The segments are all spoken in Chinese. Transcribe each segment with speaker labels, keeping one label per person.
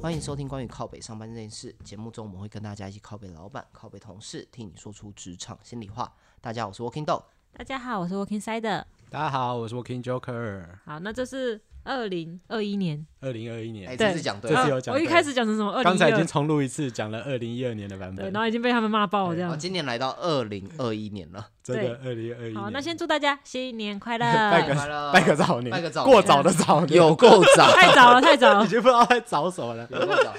Speaker 1: 欢迎收听关于靠北上班这件事。节目中我们会跟大家一起靠北老板、靠北同事，替你说出职场心里话。大家好，我是 Working Dog。
Speaker 2: 大家好，我是 Working Side。
Speaker 3: 大家好，我是 Working Joker，
Speaker 2: 好，那这是二零二一年。
Speaker 3: 二零二一年
Speaker 1: 哎，，
Speaker 2: 对
Speaker 1: 这次讲对
Speaker 3: 这
Speaker 1: 了
Speaker 3: 次
Speaker 2: 啊
Speaker 3: 有讲
Speaker 2: 我一
Speaker 3: 对
Speaker 2: 开始讲成什么二
Speaker 3: 刚
Speaker 2: 零
Speaker 3: 才已经
Speaker 2: 二，
Speaker 3: 重录一次，讲了二哎零一二年的版
Speaker 2: 对，
Speaker 3: 本
Speaker 2: 然，后已经被他们骂爆这
Speaker 1: 哦，
Speaker 2: 样。
Speaker 1: 今年来到二零二一年 了，
Speaker 3: 真的二零二一
Speaker 2: 好，
Speaker 3: 年，
Speaker 2: 那先祝大家新年快乐。
Speaker 3: 拜个
Speaker 1: 快乐
Speaker 3: 拜个早年，
Speaker 1: 拜个早年
Speaker 3: 过早的早年，
Speaker 1: 有够早，
Speaker 2: 太早了，太早
Speaker 3: 已
Speaker 2: 了。
Speaker 3: 经不知道在找什么了，
Speaker 1: 有够早，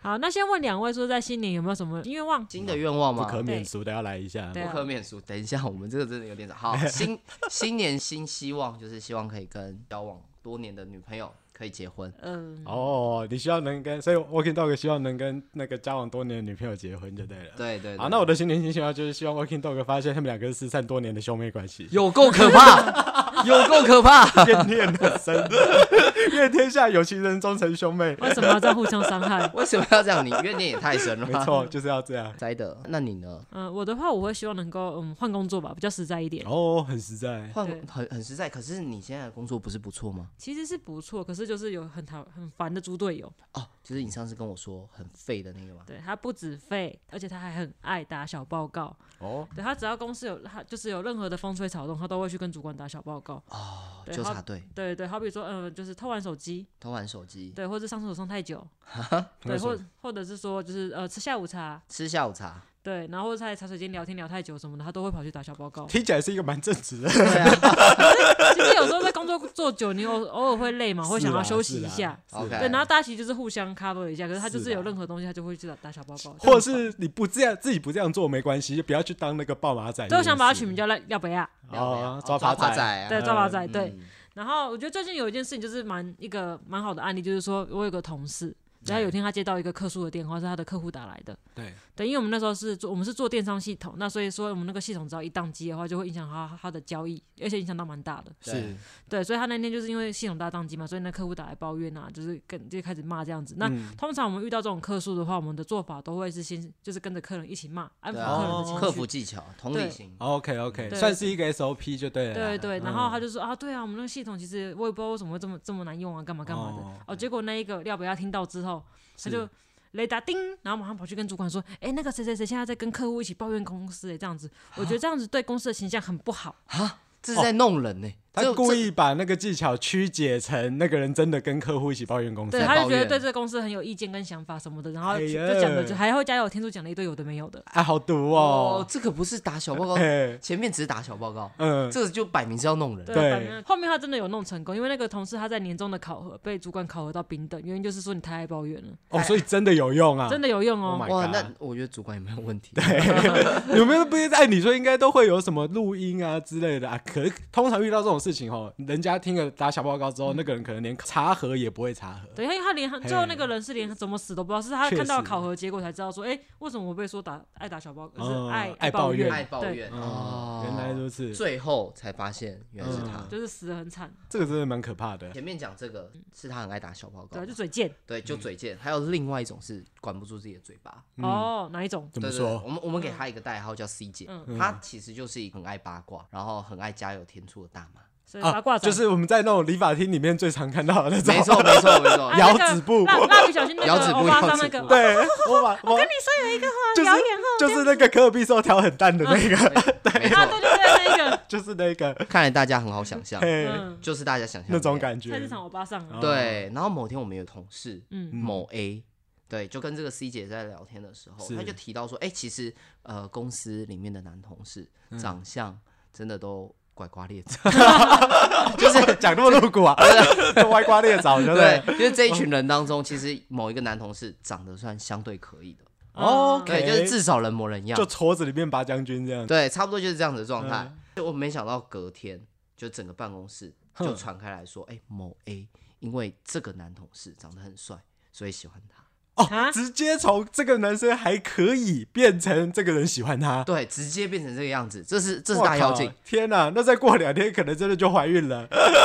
Speaker 2: 好，那先问两位，说在新年有没有什么愿望？
Speaker 1: 新的愿望
Speaker 3: 不
Speaker 1: 吗？
Speaker 3: 可免俗的要来一下
Speaker 2: 对。
Speaker 1: 不可免俗。等一下，我们这个真的有点早。好，新 新年新希望，就是希望可以跟交往多年的女朋友可以结婚。
Speaker 2: 嗯，
Speaker 3: 哦，你希望能跟，所以 Working Dog 希望能跟那个交往多年的女朋友结婚就对了。
Speaker 1: 对对对，
Speaker 3: 好，那我的新年新希望就是希望 Working Dog 发现他们两个是失散多年的兄妹关系
Speaker 1: 有够可怕，有够可怕。
Speaker 3: 怨念很深， 愿天下有情人终成兄妹。
Speaker 2: 为什么要这样互相伤 害？
Speaker 1: 为什么要这样？你怨念也太深了
Speaker 3: 没
Speaker 1: 吧？
Speaker 3: 错，就是要这样。
Speaker 1: 摘的。那你呢？
Speaker 2: 嗯，我的话，我会希望能够嗯换工作吧，比较实在一点。
Speaker 3: 哦，很实在。
Speaker 1: 换
Speaker 2: 对
Speaker 1: 很很实在，可是你现在的工作不是不错吗？
Speaker 2: 其实是不错，可是就是有很讨很烦的猪队友，
Speaker 1: 哦，就是你上次跟我说很废的那个嘛。
Speaker 2: 对他不止废，而且他还很爱打小报告。
Speaker 3: 哦，
Speaker 2: 对他只要公司有他就是有任何的风吹草动，他都会去跟主管打小报告。
Speaker 1: 哦，
Speaker 2: 对
Speaker 1: 纠
Speaker 2: 好
Speaker 1: 察队
Speaker 2: 对对，好比说，嗯、就是偷玩手机，
Speaker 1: 偷玩手机，
Speaker 2: 对，或者上厕所上太久，对，
Speaker 3: 那
Speaker 2: 或
Speaker 3: 什
Speaker 2: 或者是说就是呃吃下午茶，
Speaker 1: 吃下午 茶。
Speaker 2: 对，然后或者在茶水间聊天聊太久什么的，他都会跑去打小报 告。
Speaker 3: 听起来是一个蛮正直 的。
Speaker 1: 对啊
Speaker 2: 其实有时候在工作做久，你偶偶尔会累嘛，会想要休息一下。
Speaker 3: 啊是啦是啦
Speaker 1: 对
Speaker 2: 对，然后大家其实就是互相 cover 一下，可是他就是
Speaker 3: 是啦
Speaker 2: 有任何东西，他就会去打打小报告，
Speaker 3: 或者是你不这样，自己不这样做没关系，就不要去当那个报马仔。
Speaker 2: 就很烦。对，我想把他取名叫廖廖北亚，
Speaker 3: 哦，抓
Speaker 1: 法
Speaker 3: 法
Speaker 1: 仔
Speaker 3: 仔。
Speaker 1: 啊，
Speaker 2: 对，抓马仔，对，
Speaker 1: 嗯，
Speaker 2: 然后我觉得最近有一件事情就是蛮一个蛮好的案例，就是说我有个同事，然后
Speaker 3: 哎
Speaker 2: 有一天他接到一个客诉的电话，是他的客户打来的。
Speaker 3: 对
Speaker 2: 对，因为我们那时候是做我们是做电商系统，那所以说我们那个系统只要一宕机的话，就会影响他他的交易，而且影响到蛮大的。
Speaker 3: 是
Speaker 2: 对，所以他那天就是因为系统大宕机嘛，所以那客户打来抱怨啊，就是跟就开始骂这样子。那、
Speaker 3: 嗯
Speaker 2: 通常我们遇到这种客诉的话，我们的做法都会是先就是跟着客人一起骂，安抚
Speaker 1: 对
Speaker 2: 客人的
Speaker 1: 啊
Speaker 3: 哦
Speaker 2: 情绪。
Speaker 1: 客服技巧、同理心，
Speaker 3: OK OK，
Speaker 2: 对
Speaker 3: 算是一个 SOP 就对了啦。嗯
Speaker 1: 嗯
Speaker 2: 对对，然后他就说啊，对啊，我们那个系统其实我也不知道为什么会这么这么难用啊，干嘛干嘛的。哦
Speaker 3: 哦
Speaker 2: 结果那一个廖北亚听到之后，他
Speaker 3: 是
Speaker 2: 就雷达叮，然后马上跑去跟主管说，哎，那个谁谁谁现在在跟客户一起抱怨公司，哎，这样子，我觉得这样子对公司的形象很不好。
Speaker 1: 这是在弄人呢。
Speaker 3: 哦他
Speaker 1: 这
Speaker 3: 故
Speaker 1: 这
Speaker 3: 意把那个技巧曲解成那个人真的跟客户一起抱怨公司
Speaker 2: 对，。他就
Speaker 1: 抱
Speaker 2: 觉得
Speaker 1: 怨
Speaker 2: 对这个公司很有意见跟想法什么的，然后
Speaker 3: 哎
Speaker 2: 就
Speaker 3: 呀
Speaker 2: 就讲的就还会加油添醋讲了一堆有的没有的。
Speaker 3: 哎，好毒
Speaker 1: 哦
Speaker 3: 哦，！
Speaker 1: 这个不是打小报告，
Speaker 3: 哎，
Speaker 1: 前面只是打小报告，
Speaker 3: 嗯，
Speaker 1: 这个就摆明是要弄人。
Speaker 2: 对，啊
Speaker 3: 对
Speaker 2: 反正后面他真的有弄成功，因为那个同事他在年终的考核被主管考核到丙等，原因就是说你太爱抱怨了，
Speaker 3: 哦，所以真的有用啊！
Speaker 2: 真的有用哦。
Speaker 3: Oh my
Speaker 1: 哇，
Speaker 3: God
Speaker 1: 那我觉得主管有没有问题？
Speaker 3: 有没有不是？按理说应该都会有什么录音啊之类的啊。可是通常遇到这种事情哦，人家听了打小报告之后，那个人可能连查核也不会查核。
Speaker 2: 对，因为他连最后那个人是连怎么死都不知道，是他
Speaker 3: 确
Speaker 2: 看到
Speaker 3: 实
Speaker 2: 考核结果才知道说，哎、为什么我被说打爱打小报告，
Speaker 3: 哦
Speaker 2: 是爱
Speaker 3: 爱
Speaker 2: 抱
Speaker 3: 抱怨
Speaker 1: 爱抱
Speaker 2: 对
Speaker 1: 怨
Speaker 3: 哦
Speaker 1: 哦，，
Speaker 3: 原来如此，嗯
Speaker 1: 最后才发现原来是他。
Speaker 2: 就是死的很惨，
Speaker 3: 这个真的蛮可怕的。
Speaker 1: 前面讲这个是他很爱打小报告
Speaker 2: 对，，就嘴贱、
Speaker 1: 对，
Speaker 3: 嗯
Speaker 1: 就嘴贱。还有另外一种是管不住自己的嘴巴。
Speaker 2: 哦，哪一种？
Speaker 3: 怎么
Speaker 1: 对对对
Speaker 3: 说？
Speaker 1: 我们我们给他一个代号叫 C 姐，
Speaker 2: 嗯
Speaker 1: 她其实就是一个很爱八卦，然后很爱加油添醋的大 妈。
Speaker 2: 所以八卦仔、
Speaker 3: 啊就是我们在那种理发厅里面最常看到的那种。
Speaker 1: 没错，没错没 错
Speaker 2: 啊，
Speaker 3: 摇
Speaker 2: 那个
Speaker 3: 指布
Speaker 2: 蜡蜡笔小新 那
Speaker 1: 摇指
Speaker 2: 个
Speaker 1: 布
Speaker 2: 欧巴桑
Speaker 1: 摇
Speaker 2: 那
Speaker 1: 指
Speaker 2: 个，
Speaker 1: 布
Speaker 2: 哇
Speaker 3: 对，我把我
Speaker 2: 你说有一个
Speaker 3: 就
Speaker 2: 话
Speaker 3: 是
Speaker 2: 表演 后
Speaker 3: 就是那个科比瘦调很淡的那个，
Speaker 1: 没
Speaker 2: 啊，
Speaker 1: 错。
Speaker 2: 对对对，那个，
Speaker 3: 就是那个，
Speaker 1: 看来大家很好想象，
Speaker 3: 嘿，
Speaker 2: 嗯，
Speaker 1: 就是大家想象
Speaker 3: 那种
Speaker 1: 觉。
Speaker 3: 感哦觉
Speaker 2: 菜。市场欧巴桑啊，
Speaker 1: 对，然后某天我们有同事，
Speaker 2: 嗯
Speaker 1: 某 A。对，就跟这个 C 姐在聊天的时候，
Speaker 3: 是
Speaker 1: 她就提到说，哎、其实呃，公司里面的男同事
Speaker 3: 嗯
Speaker 1: 长相真的都拐瓜裂枣，
Speaker 3: 就是 讲那么露骨啊，歪瓜裂枣，对不
Speaker 1: 对
Speaker 3: 对？，
Speaker 1: 因为这一群人当中，其实某一个男同事长得算相对可以的，
Speaker 2: 哦，
Speaker 3: OK
Speaker 1: 对，就是啊至少人模人样
Speaker 3: 就，嗯矬子里面拔将军这样。
Speaker 1: 对，差不多就是这样子的状态。就我没想到隔天，就整个办公室就
Speaker 3: 哼
Speaker 1: 传开来说，哎、某 A 因为这个男同事长得很帅，所以喜欢他。
Speaker 2: 啊
Speaker 3: 哦，直接从这个男生还可以变成这个人喜欢他，
Speaker 1: 对，直接变成这个样子，这是这是
Speaker 3: 哇
Speaker 1: 大
Speaker 3: 靠
Speaker 1: 妖精。！
Speaker 3: 天哪，那再过两天可能真的就怀孕了，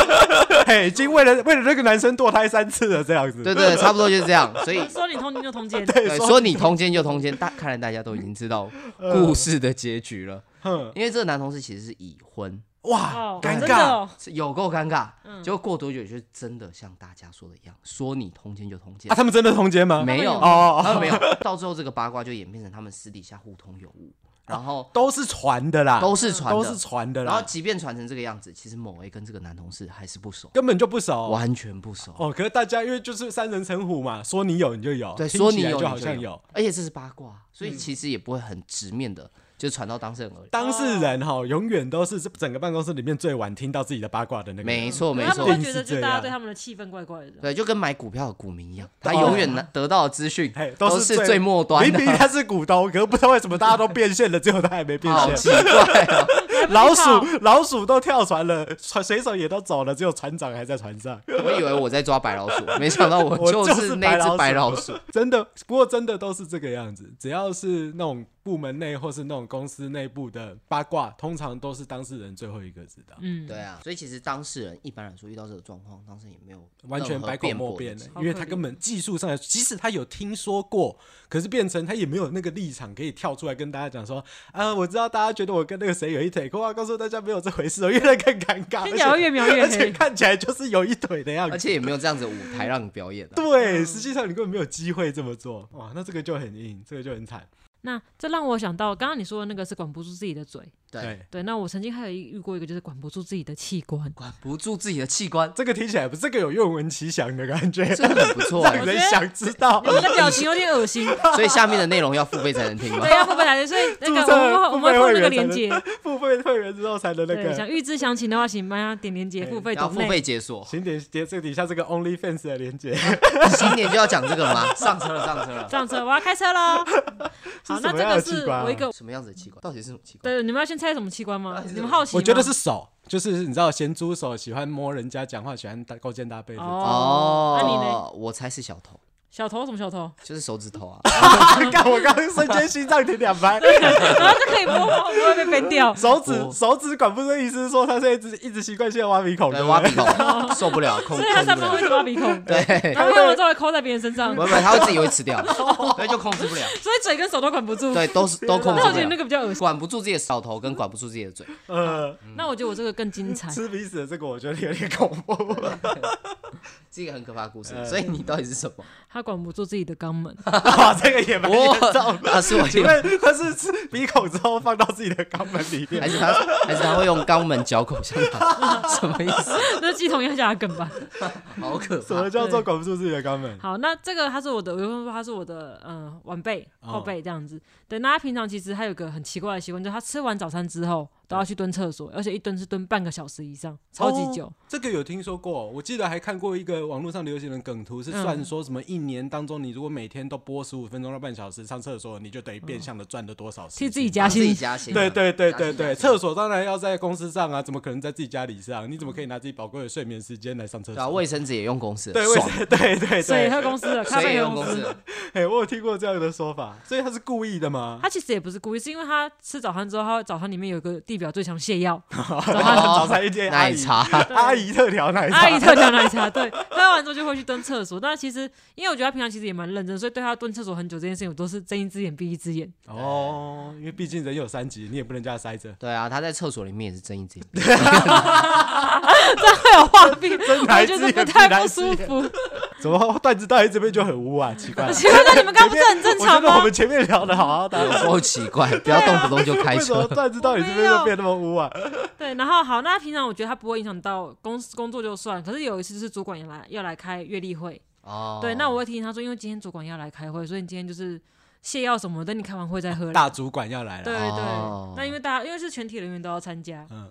Speaker 3: 嘿，已经为了为了那个男生堕胎三次了，这样子。
Speaker 1: 对对，差不多就是这样。 所以
Speaker 2: 说你通奸就通奸，
Speaker 1: 对，说你通奸就通奸，大 看来大家都已经知道故事的结局了。
Speaker 3: 呃哼，
Speaker 1: 因为这个男同事其实是已婚，
Speaker 3: 哇，
Speaker 2: 哦，
Speaker 3: 尴
Speaker 2: 真的
Speaker 3: 尬
Speaker 2: 哦，
Speaker 1: 是有够尴尬。结果过多久就真的像大家说的一样，说你通奸就通奸
Speaker 3: 啊！，他们真的通奸吗？
Speaker 1: 没有，
Speaker 2: 他
Speaker 3: 哦哦，
Speaker 1: 他们没有。 到最后这个八卦就演变成他们私底下互通有无，然后
Speaker 3: 都是传的啦，
Speaker 1: 都是传
Speaker 3: 啊都是
Speaker 1: 的。
Speaker 3: 传的
Speaker 1: 然后
Speaker 3: 啦，
Speaker 1: 即便传成这个样子，其实某 A 跟这个男同事还是不熟，
Speaker 3: 根本就不熟。
Speaker 1: 完全不熟。
Speaker 3: 哦，可是大家因为就是三人成虎嘛，说你有你就有，
Speaker 1: 对，
Speaker 3: 听
Speaker 1: 说
Speaker 3: 起
Speaker 1: 你
Speaker 3: 来
Speaker 1: 有
Speaker 3: 就
Speaker 1: 你
Speaker 3: 好像有。，嗯
Speaker 1: 而且这是八卦，所以其实也不会很直面的，就传到当事人耳里。
Speaker 3: 当事人哈，永远都是这整个办公室里面最晚听到自己的八卦的那个人。
Speaker 1: 没错，没
Speaker 2: 他
Speaker 1: 错
Speaker 2: 们会
Speaker 3: 一，
Speaker 2: 觉
Speaker 3: 定
Speaker 2: 得
Speaker 3: 是这
Speaker 2: 就大
Speaker 3: 样
Speaker 2: 家对他们的气氛怪怪的。
Speaker 1: 对，就跟买股票的股民一样，他
Speaker 3: 哦
Speaker 1: 永远拿得到的资讯
Speaker 3: 哎，
Speaker 1: 都
Speaker 3: 是
Speaker 1: 是最末端
Speaker 3: 明
Speaker 1: 的，
Speaker 3: 明他是股东，可是不知道为什么大家都变现了，只有他还没变
Speaker 1: 好奇
Speaker 3: 现。
Speaker 1: 怪哦。
Speaker 3: 老鼠老鼠都跳船了，船水手也都走了，只有船长还在船上。
Speaker 1: 我以为我在抓白老鼠，没想到我
Speaker 3: 我
Speaker 1: 就
Speaker 3: 就是
Speaker 1: 是那只
Speaker 3: 白
Speaker 1: 白
Speaker 3: 老
Speaker 1: 老鼠。
Speaker 3: 真的，不过真的都是这个样子。只要是那种部门内或是那种公司内部的八卦，通常都是当事人最后一个知道。
Speaker 2: 嗯，
Speaker 1: 对啊，所以其实当事人一般来说遇到这个状况，当事人也没有
Speaker 3: 完全
Speaker 1: 任何
Speaker 3: 百口
Speaker 1: 辩
Speaker 3: 莫
Speaker 1: 驳的
Speaker 3: 辩
Speaker 1: 机
Speaker 3: 的
Speaker 1: 会，
Speaker 2: 好
Speaker 3: 因为他
Speaker 2: 可怜
Speaker 3: 根本技术上来，即使他有听说过，可是变成他也没有那个立场可以跳出来跟大家讲说，啊，我知道大家觉得我跟那个谁有一腿，可我要告诉大家没有这回事哦，越来更尴尬，
Speaker 2: 听起来
Speaker 3: 而
Speaker 2: 会
Speaker 3: 且
Speaker 2: 越描越
Speaker 3: 而且
Speaker 2: 黑。
Speaker 3: 看起来就是有一腿的样
Speaker 1: 而
Speaker 3: 子。
Speaker 1: 且也没有这样子的舞台让你表演啊 的、
Speaker 3: 对，实际上你根本没有机会这么做，哇，那这个就很硬，这个就很惨。
Speaker 2: 那这让我想到，刚刚你说的那个是管不住自己的嘴，
Speaker 1: 对，
Speaker 3: 对，
Speaker 2: 对。那我曾经还有一遇过一个，就是管不住自己的器官。
Speaker 1: 管不住自己的器官，
Speaker 3: 这个听起来不是这个有愿闻其详的感觉，
Speaker 1: 这个很不 错、
Speaker 3: 让
Speaker 1: 欸。
Speaker 3: 人想知道
Speaker 2: 你。们的表情有点恶 心，
Speaker 1: 所以下面的内容要付费才能听吗
Speaker 2: 对，？啊要付费来的，所以那
Speaker 3: 注册
Speaker 2: 个我们会我们会放那个
Speaker 3: 付费会员才
Speaker 2: 链
Speaker 3: 能
Speaker 2: 接。
Speaker 3: 付费会员之后才能那
Speaker 2: 对，想
Speaker 3: 个，
Speaker 2: 预知详情的话，请帮他点链接，
Speaker 3: 对
Speaker 2: 付费
Speaker 1: 要
Speaker 2: 抖
Speaker 1: 付
Speaker 2: 内。
Speaker 1: 费解锁，
Speaker 3: 请点点这底下这个 OnlyFans 的链接。
Speaker 1: 新年就要讲这个 吗？上车了，上车了。
Speaker 2: 上车，我要开车 喽。好，
Speaker 3: 是
Speaker 2: 那
Speaker 3: 什么
Speaker 2: 这
Speaker 3: 样的
Speaker 2: 个
Speaker 3: 器
Speaker 2: 是
Speaker 3: 官啊
Speaker 2: 我一个，
Speaker 1: 什么样子的器官？到底是什么器官？
Speaker 2: 对，你们要先猜什么器官吗
Speaker 1: 到底？啊是
Speaker 2: 你们好奇吗？
Speaker 3: 我觉得是手，就是你知道咸猪手喜欢摸人家讲话，喜欢搭勾肩搭背的。
Speaker 2: 哦，那你呢？
Speaker 1: 哦，我猜是小头，
Speaker 2: 小头什么小头？
Speaker 1: 就是手指头啊。
Speaker 3: 干、我刚刚瞬间心脏停两 拍，
Speaker 2: 然后就可以摸吗，不会被分掉。
Speaker 3: 手指
Speaker 1: 我
Speaker 3: 手指管不住，意思是说他是一直一直习惯性地挖鼻孔，
Speaker 1: 对，
Speaker 3: 对不
Speaker 1: 挖
Speaker 3: 对？
Speaker 1: 鼻孔 受不了，控
Speaker 2: 所以他
Speaker 1: 控
Speaker 2: 上
Speaker 1: 制不
Speaker 2: 班会
Speaker 1: 了。
Speaker 2: 一直挖鼻孔，
Speaker 1: 对，
Speaker 2: 然后用完之后抠在别人身上，
Speaker 1: 不不，他会自己会吃 掉，所以就控制不了。
Speaker 2: 所以嘴跟手都管不住。
Speaker 1: 对，都是都控
Speaker 2: 那我
Speaker 1: 制
Speaker 2: 觉得
Speaker 1: 不
Speaker 2: 那
Speaker 1: 了。
Speaker 2: 个比较恶心。
Speaker 1: 管不住自己的手头，跟管不住自己的嘴。
Speaker 3: 呃，
Speaker 2: 那我觉得我这个更精彩。
Speaker 3: 吃鼻屎的这个我觉得有点恐 怖。
Speaker 1: 是一个很可怕的故事
Speaker 3: 呃，
Speaker 1: 所以你到底是 什么？
Speaker 2: 他管不住自己的肛门，
Speaker 3: 哇，这个也蛮严重的。
Speaker 1: 他是我
Speaker 3: 请
Speaker 1: 以为，
Speaker 3: 问他是吃鼻孔之后放到自己的肛门里面
Speaker 1: 还？是他还是他会用肛门嚼口香糖？什么意思？
Speaker 2: 那系统要下梗吧。
Speaker 1: 好可
Speaker 3: 什
Speaker 1: 怕
Speaker 3: 么！叫做管不住自己的肛门？
Speaker 2: 好，那这个他是我的，我就说他是我的，嗯，晚辈、
Speaker 3: 哦
Speaker 2: 后辈这样子。对，那他平常其实还有个很奇怪的习惯，就是他吃完早餐之后都要去蹲厕所，而且一蹲是蹲半个小时以上，超级久。
Speaker 3: 哦这个有听说过，我记得还看过一个网络上流行的梗图，
Speaker 2: 嗯
Speaker 3: 是算说什么一年当中，你如果每天都播十五分钟到半小时上厕所，你就等于变相的赚了多少时
Speaker 2: 替
Speaker 3: 间？
Speaker 2: 自己
Speaker 1: 他
Speaker 2: 加
Speaker 1: 自己
Speaker 2: 薪，
Speaker 1: 加薪啊。
Speaker 3: 对对对对
Speaker 1: 加
Speaker 3: 对，
Speaker 1: 薪
Speaker 3: 厕所当然要在公司上啊，怎么可能在自己家里上？你怎么可以拿自己宝贵的睡眠时间来上厕
Speaker 1: 对啊，
Speaker 3: 所？
Speaker 1: 卫生纸也用公司的，
Speaker 3: 对，为什
Speaker 1: 爽，
Speaker 3: 么？ 对对
Speaker 2: 水
Speaker 3: 对，
Speaker 2: 喝公司 的，咖
Speaker 1: 谁
Speaker 2: 啡
Speaker 1: 也
Speaker 2: 喝
Speaker 1: 用公司
Speaker 2: 司。
Speaker 1: 的。
Speaker 3: 哎，我有听过这样的说法，所以他是故意的 吗？
Speaker 2: 他其实也不是故意，是因为他吃早餐之后，他早餐里面有一个地表最强泻 药，
Speaker 3: 早餐一店阿
Speaker 1: 奶
Speaker 3: 姨，
Speaker 1: 茶，
Speaker 3: 阿姨特调奶
Speaker 2: 阿姨
Speaker 3: 茶，
Speaker 2: 特调奶茶，对，喝完之后就会去蹲厕所。但其实，因为我觉得他平常其实也蛮认真，所以对他蹲厕所很久这件事情，我都是睁一只眼闭一只 眼。
Speaker 3: 哦，因为毕竟人有三级，你也不能叫他塞着。
Speaker 1: 对啊，他在厕所里面也是睁一只眼闭一只眼。
Speaker 2: 会有画面，我觉
Speaker 3: 只眼
Speaker 2: 得不
Speaker 3: 闭
Speaker 2: 太
Speaker 3: 哪一
Speaker 2: 不
Speaker 3: 只
Speaker 2: 舒
Speaker 3: 眼
Speaker 2: 服。
Speaker 3: 怎么哦段子到这边就很污啊？奇 怪。
Speaker 2: 请问那你们刚刚不是很正
Speaker 3: 我觉
Speaker 2: 常
Speaker 3: 得我
Speaker 2: 吗
Speaker 3: 们？前面聊的好啊好的，
Speaker 1: 有时候奇怪，不要动不动就开
Speaker 3: 为什么
Speaker 1: 车。
Speaker 3: 段子到你这边就变那么污啊？
Speaker 2: 对，然后好，那平常我觉得他不会影响到公司工作就算，可是有一次就是主管也来要来开月例会，
Speaker 3: 啊
Speaker 1: 哦，
Speaker 2: 对，那我会提醒他说，因为今天主管要来开会，所以你今天就是泻药什么，等你开完会再喝啦。
Speaker 3: 大主管要来
Speaker 2: 对
Speaker 3: 了，
Speaker 2: 对，
Speaker 1: 哦
Speaker 2: 那因为大家因为是全体人员都要参加，
Speaker 3: 嗯，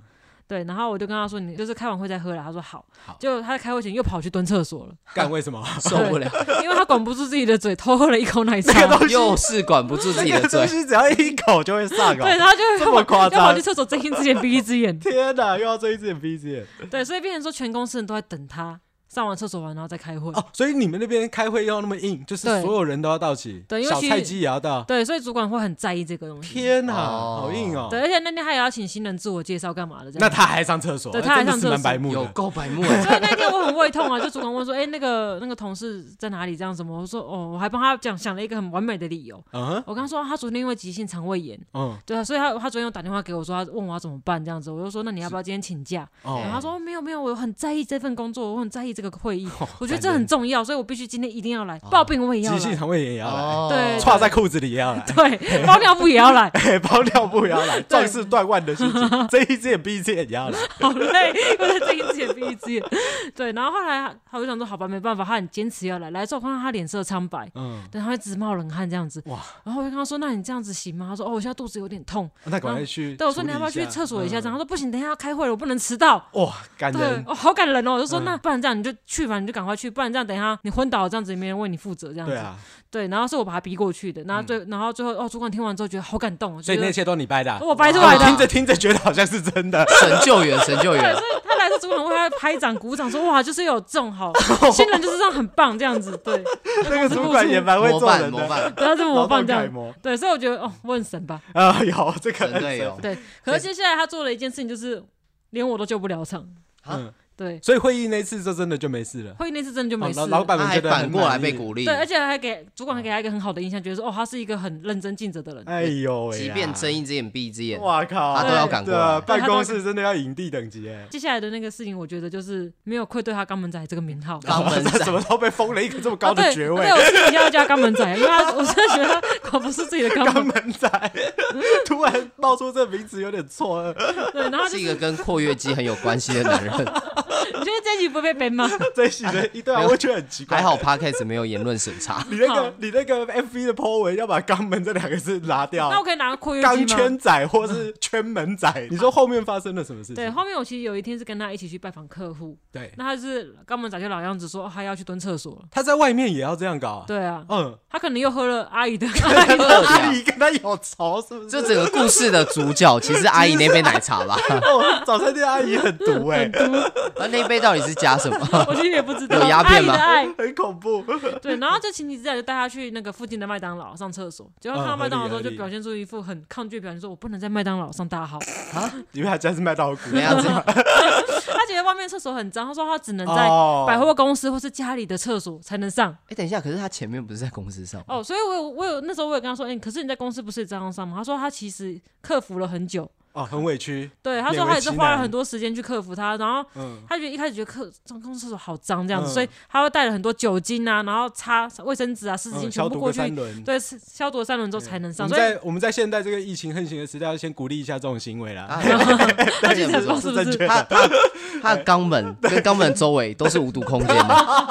Speaker 2: 对，然后我就跟他说，你就是开完会再喝啦。他说好，
Speaker 3: 好
Speaker 2: 就他在开会前又跑去蹲厕所了，
Speaker 3: 干为什么？
Speaker 1: 受不了，
Speaker 2: 因为他管不住自己的嘴，偷喝了一口奶茶。
Speaker 1: 又是管不住自己
Speaker 3: 这
Speaker 1: 的
Speaker 3: 个
Speaker 1: 嘴。
Speaker 3: 东西只要一口就会上
Speaker 2: 对，
Speaker 3: 哦。
Speaker 2: 然后就
Speaker 3: 这么夸张
Speaker 2: 要跑去厕所睁一只眼闭一只眼。
Speaker 3: 天哪，又要睁一只眼闭一只眼，
Speaker 2: 对，所以变成说全公司人都在等他，上完厕所完然后再开会。
Speaker 3: 哦，所以你们那边开会要那么硬，就是
Speaker 2: 对
Speaker 3: 所有人都要到齐，
Speaker 2: 对因为
Speaker 3: 小
Speaker 2: 其
Speaker 3: 菜
Speaker 2: 实
Speaker 3: 鸡也要到。
Speaker 2: 对，所以主管会很在意这个东西。
Speaker 3: 天哪，
Speaker 1: 哦
Speaker 3: 好硬哦！
Speaker 2: 对，而且那天还要请新人自我介绍干嘛的这样。
Speaker 3: 那他还上厕所，
Speaker 2: 对
Speaker 3: 哎
Speaker 2: 他还
Speaker 3: 真的
Speaker 2: 上
Speaker 3: 是蛮
Speaker 2: 厕所
Speaker 3: 白目
Speaker 1: 有
Speaker 3: 的。
Speaker 1: 够白目的，
Speaker 2: 所以那天我很胃痛啊，就主管问说：“哎、那个那个同事在哪里？这样什么？”我说：“哦，我还帮他讲想了一个很完美的理由。
Speaker 3: 嗯哼，
Speaker 2: 我刚说啊他昨天因为急性肠胃炎，
Speaker 3: 嗯，
Speaker 2: 对啊，所以他他昨天有打电话给我说他问我要怎么办这样子，我就说那你要不要今天请假？
Speaker 1: 哎
Speaker 2: 然后
Speaker 3: 哦，
Speaker 2: 他说没有没有，我很在意这份工作，我很在意这个会议，我觉得这
Speaker 3: 哦感人哦
Speaker 2: 很重要，所以我必须今天一定要来，抱病我也要
Speaker 3: 急性
Speaker 2: 来，
Speaker 3: 肠哦胃炎也要来，
Speaker 1: 哦
Speaker 2: 对
Speaker 3: 歘在裤子里也要来，
Speaker 2: 对，包尿布也要来，
Speaker 3: 哎，包尿布也 要来，壮士断腕的心情，睁一只眼闭一只眼也要来。
Speaker 2: 好累，我在睁一只眼闭一只眼，对，然后后来他我就想说好吧，没办法，他很坚持要来，来之后我看到他脸色苍白。
Speaker 3: 嗯，
Speaker 2: 对，他会直冒冷汗这样子，
Speaker 3: 哇
Speaker 2: 然后我就跟他说：“那你这样子行吗？”他说：“哦，我现在肚子有点痛。
Speaker 3: 那赶快去”。
Speaker 2: 对，我说：“你要不要去厕所一下？”这
Speaker 3: 嗯
Speaker 2: 样，他说：“不行，等一下要开会了，我不能迟到。”
Speaker 3: 哇，感
Speaker 2: 对
Speaker 3: 人，。
Speaker 2: 哦，好感人哦！我就说
Speaker 3: 嗯
Speaker 2: 那不然这样你就去吧，你就赶快去，不然这样等一下你昏倒了这样子也没人为你负责这样子。
Speaker 3: 对啊，嗯
Speaker 2: 对然后是我把他逼过去的，然后最、然后最后哦，主管听完之后觉得好感动，
Speaker 3: 所以
Speaker 2: 觉得
Speaker 3: 那些都你掰的啊。
Speaker 2: 我掰出来的
Speaker 3: 我听着听着觉得好像是 真的。
Speaker 1: 神救援，神救援，
Speaker 2: 他来的时候主管为他拍掌鼓掌说哇，就是有这种 好
Speaker 3: 哦
Speaker 2: 新人就是这样很棒这样子，对，
Speaker 3: 那个主管也蛮会
Speaker 1: 模
Speaker 3: 做
Speaker 1: 范
Speaker 3: 人
Speaker 1: 模
Speaker 3: 的，
Speaker 1: 范，
Speaker 2: 不要这么
Speaker 3: 劳
Speaker 2: 模
Speaker 3: 动
Speaker 2: 仿这
Speaker 3: 楷
Speaker 2: 样。
Speaker 3: 模
Speaker 2: 对，所以我觉得哦，我很神吧。
Speaker 3: 啊，有这个
Speaker 1: 真
Speaker 3: 很
Speaker 1: 的有
Speaker 3: 神。
Speaker 2: 对，可是接下来他做了一件事情，就是连我都救不了场。
Speaker 1: 啊
Speaker 3: 嗯，
Speaker 2: 对，
Speaker 3: 所以会议那次就真的就没事了。
Speaker 2: 会议那次真的就没
Speaker 3: 哦
Speaker 2: 事
Speaker 3: 老
Speaker 2: 了。
Speaker 3: 老板
Speaker 1: 他
Speaker 3: 们
Speaker 1: 还
Speaker 3: 觉得很
Speaker 1: 反过来
Speaker 3: 满
Speaker 1: 被
Speaker 3: 意。
Speaker 1: 鼓励
Speaker 2: 对，，而且还给主管还给他一个很好的印象，觉得说哦，他是一个很认真尽责的人。
Speaker 3: 哎呦喂啊！
Speaker 1: 即便睁一只眼闭一只眼，
Speaker 3: 哇靠，
Speaker 1: 他
Speaker 2: 都要
Speaker 1: 赶
Speaker 3: 对
Speaker 1: 过来
Speaker 3: 啊办公室真的要影帝等级哎。
Speaker 2: 接下来的那个事情，我觉得就是没有愧对他肛门仔这个名号。
Speaker 1: 肛 门
Speaker 3: 这怎
Speaker 1: 仔，
Speaker 3: 么都被封了一个这么高
Speaker 2: 啊
Speaker 3: 的
Speaker 2: 对
Speaker 3: 爵
Speaker 2: 啊
Speaker 3: 位
Speaker 2: 对，？我私底下要叫他肛门 仔，因为他我真的觉得他管不住自己的肛
Speaker 3: 肛
Speaker 2: 门。
Speaker 3: 门仔 突然冒出这名字有点错愕，
Speaker 2: 对，然后就是
Speaker 1: 一
Speaker 2: 你
Speaker 1: 个跟括约肌很有关系的男 人。
Speaker 2: 觉得这一集不会被编吗？
Speaker 3: 这一的一对啊，
Speaker 1: 没有
Speaker 3: 我觉得很奇怪。
Speaker 1: 还好 Podcast 没有言论审 查，
Speaker 3: 你那个
Speaker 2: 好
Speaker 3: 你那个 FV 的 po 文要把肛门这两个字拿
Speaker 2: 那 我
Speaker 3: 掉，
Speaker 2: 可以拿括约肌
Speaker 3: 钢
Speaker 2: 吗？
Speaker 3: 圈仔或是圈门仔。嗯你说后面发生了什么事情？
Speaker 2: 对，后面我其实有一天是跟他一起去拜访客户，
Speaker 3: 对
Speaker 2: 那他是肛门仔就老样子说、哦、他要去蹲厕所了。
Speaker 3: 他在外面也要这样搞啊。
Speaker 2: 对啊，
Speaker 3: 嗯，
Speaker 2: 他可能又喝了阿姨的阿姨的
Speaker 1: 啊
Speaker 3: 你跟他有仇是不是？
Speaker 1: 这整个故事的主角其实阿姨那杯奶茶 吧？啊
Speaker 3: 哦，早餐店阿姨 很毒哎，
Speaker 1: 那那杯到底是加什 么？
Speaker 2: 我其实也不知道
Speaker 1: 有鸦
Speaker 2: 阿
Speaker 1: 片
Speaker 2: 姨的
Speaker 1: 吗
Speaker 2: 爱。
Speaker 3: 很恐 怖。
Speaker 2: 对，然后这情景之下就带他去那个附近的麦当劳上厕所，结果看到
Speaker 3: 嗯
Speaker 2: 麦当劳之
Speaker 3: 合
Speaker 2: 后
Speaker 3: 理
Speaker 2: 就
Speaker 3: 合理
Speaker 2: 表现出一副很抗拒的表情，说我不能在麦当劳上大号。
Speaker 3: 因为他家是麦当劳股
Speaker 1: 怎，么样子？哎
Speaker 2: 他觉得外面厕所很脏，他说他只能在
Speaker 3: 哦
Speaker 2: 百货公司或是家里的厕所才能上。
Speaker 1: 哎，等一下，可是他前面不是在公司 上吗？
Speaker 2: 哦，所以我有我有那时候我有跟他说，哎、可是你在公司不是也这样上吗？他说他其实克服了很久，
Speaker 3: 哦，很委屈。
Speaker 2: 对，他
Speaker 3: 勉
Speaker 2: 说
Speaker 3: 为
Speaker 2: 他也是
Speaker 3: 其
Speaker 2: 花了
Speaker 3: 难
Speaker 2: 很多时间去克服它，然后
Speaker 3: 嗯，
Speaker 2: 他觉得一开始觉得客公公厕所好脏这样子，
Speaker 3: 嗯
Speaker 2: 所以他会带了很多酒精啊，然后擦卫生纸啊、湿纸巾
Speaker 3: 嗯
Speaker 2: 全
Speaker 3: 消
Speaker 2: 部
Speaker 3: 毒
Speaker 2: 过
Speaker 3: 个
Speaker 2: 去，
Speaker 3: 三轮。
Speaker 2: 对，是消毒了三轮之后才能
Speaker 3: 我
Speaker 2: 上。
Speaker 3: 们
Speaker 2: 所以
Speaker 3: 在我们在现代这个疫情横行的时代，要先鼓励一下这种行为啦。
Speaker 1: 啊他
Speaker 2: 其实很棒
Speaker 3: 是
Speaker 2: 是
Speaker 3: 正
Speaker 2: 不
Speaker 3: 确
Speaker 2: 是？
Speaker 1: 他
Speaker 3: 的。
Speaker 1: 他他的肛门跟肛门的周围都是无毒空间的，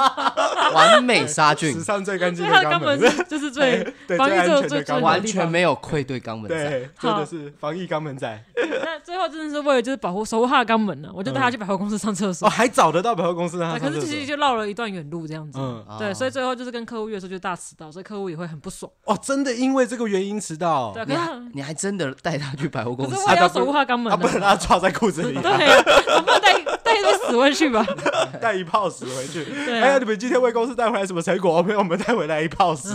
Speaker 1: 完美杀
Speaker 3: 史
Speaker 1: 菌，
Speaker 3: 上最干净
Speaker 2: 所以他
Speaker 3: 的
Speaker 2: 的
Speaker 3: 肛
Speaker 2: 肛门
Speaker 3: 门，
Speaker 2: 是就是最
Speaker 3: 对
Speaker 2: 防
Speaker 3: 最
Speaker 2: 疫
Speaker 3: 安
Speaker 2: 最
Speaker 3: 全
Speaker 2: 最
Speaker 3: 的肛
Speaker 2: 最
Speaker 3: 门
Speaker 1: 完全没有愧对肛门仔。
Speaker 3: 对，真的是防疫肛门仔
Speaker 2: 那最后真的是为了就是保护守护他的肛门呢、我就带他去百货公司上厕所。
Speaker 3: 哦，还找得到百货公司让
Speaker 2: 对，
Speaker 3: 他
Speaker 2: 啊可
Speaker 3: 上
Speaker 2: 是
Speaker 3: 厕
Speaker 2: 其实
Speaker 3: 所。
Speaker 2: 就绕了一段远路这样子。
Speaker 3: 嗯，
Speaker 1: 哦
Speaker 2: 对，所以最后就是跟客户约的时候就大迟到，所以客户也会很不爽。
Speaker 3: 哦，真的因为这个原因迟到哦
Speaker 2: 对，，可
Speaker 1: 你
Speaker 2: 啊是
Speaker 1: 还
Speaker 2: 他
Speaker 1: 你还真的带哦啊他去百货公
Speaker 2: 可
Speaker 1: 司
Speaker 2: 是，为了要守护他肛门
Speaker 3: 他不能
Speaker 2: 呢、
Speaker 3: 让他抓在裤子 里，
Speaker 2: 对啊，总不能带带一堆死回去吧？
Speaker 3: 带一泡屎回去。
Speaker 2: 对啊
Speaker 3: 哎呀，你们今天为公司带回来什么成果？哦没有，我们带回来一 泡屎。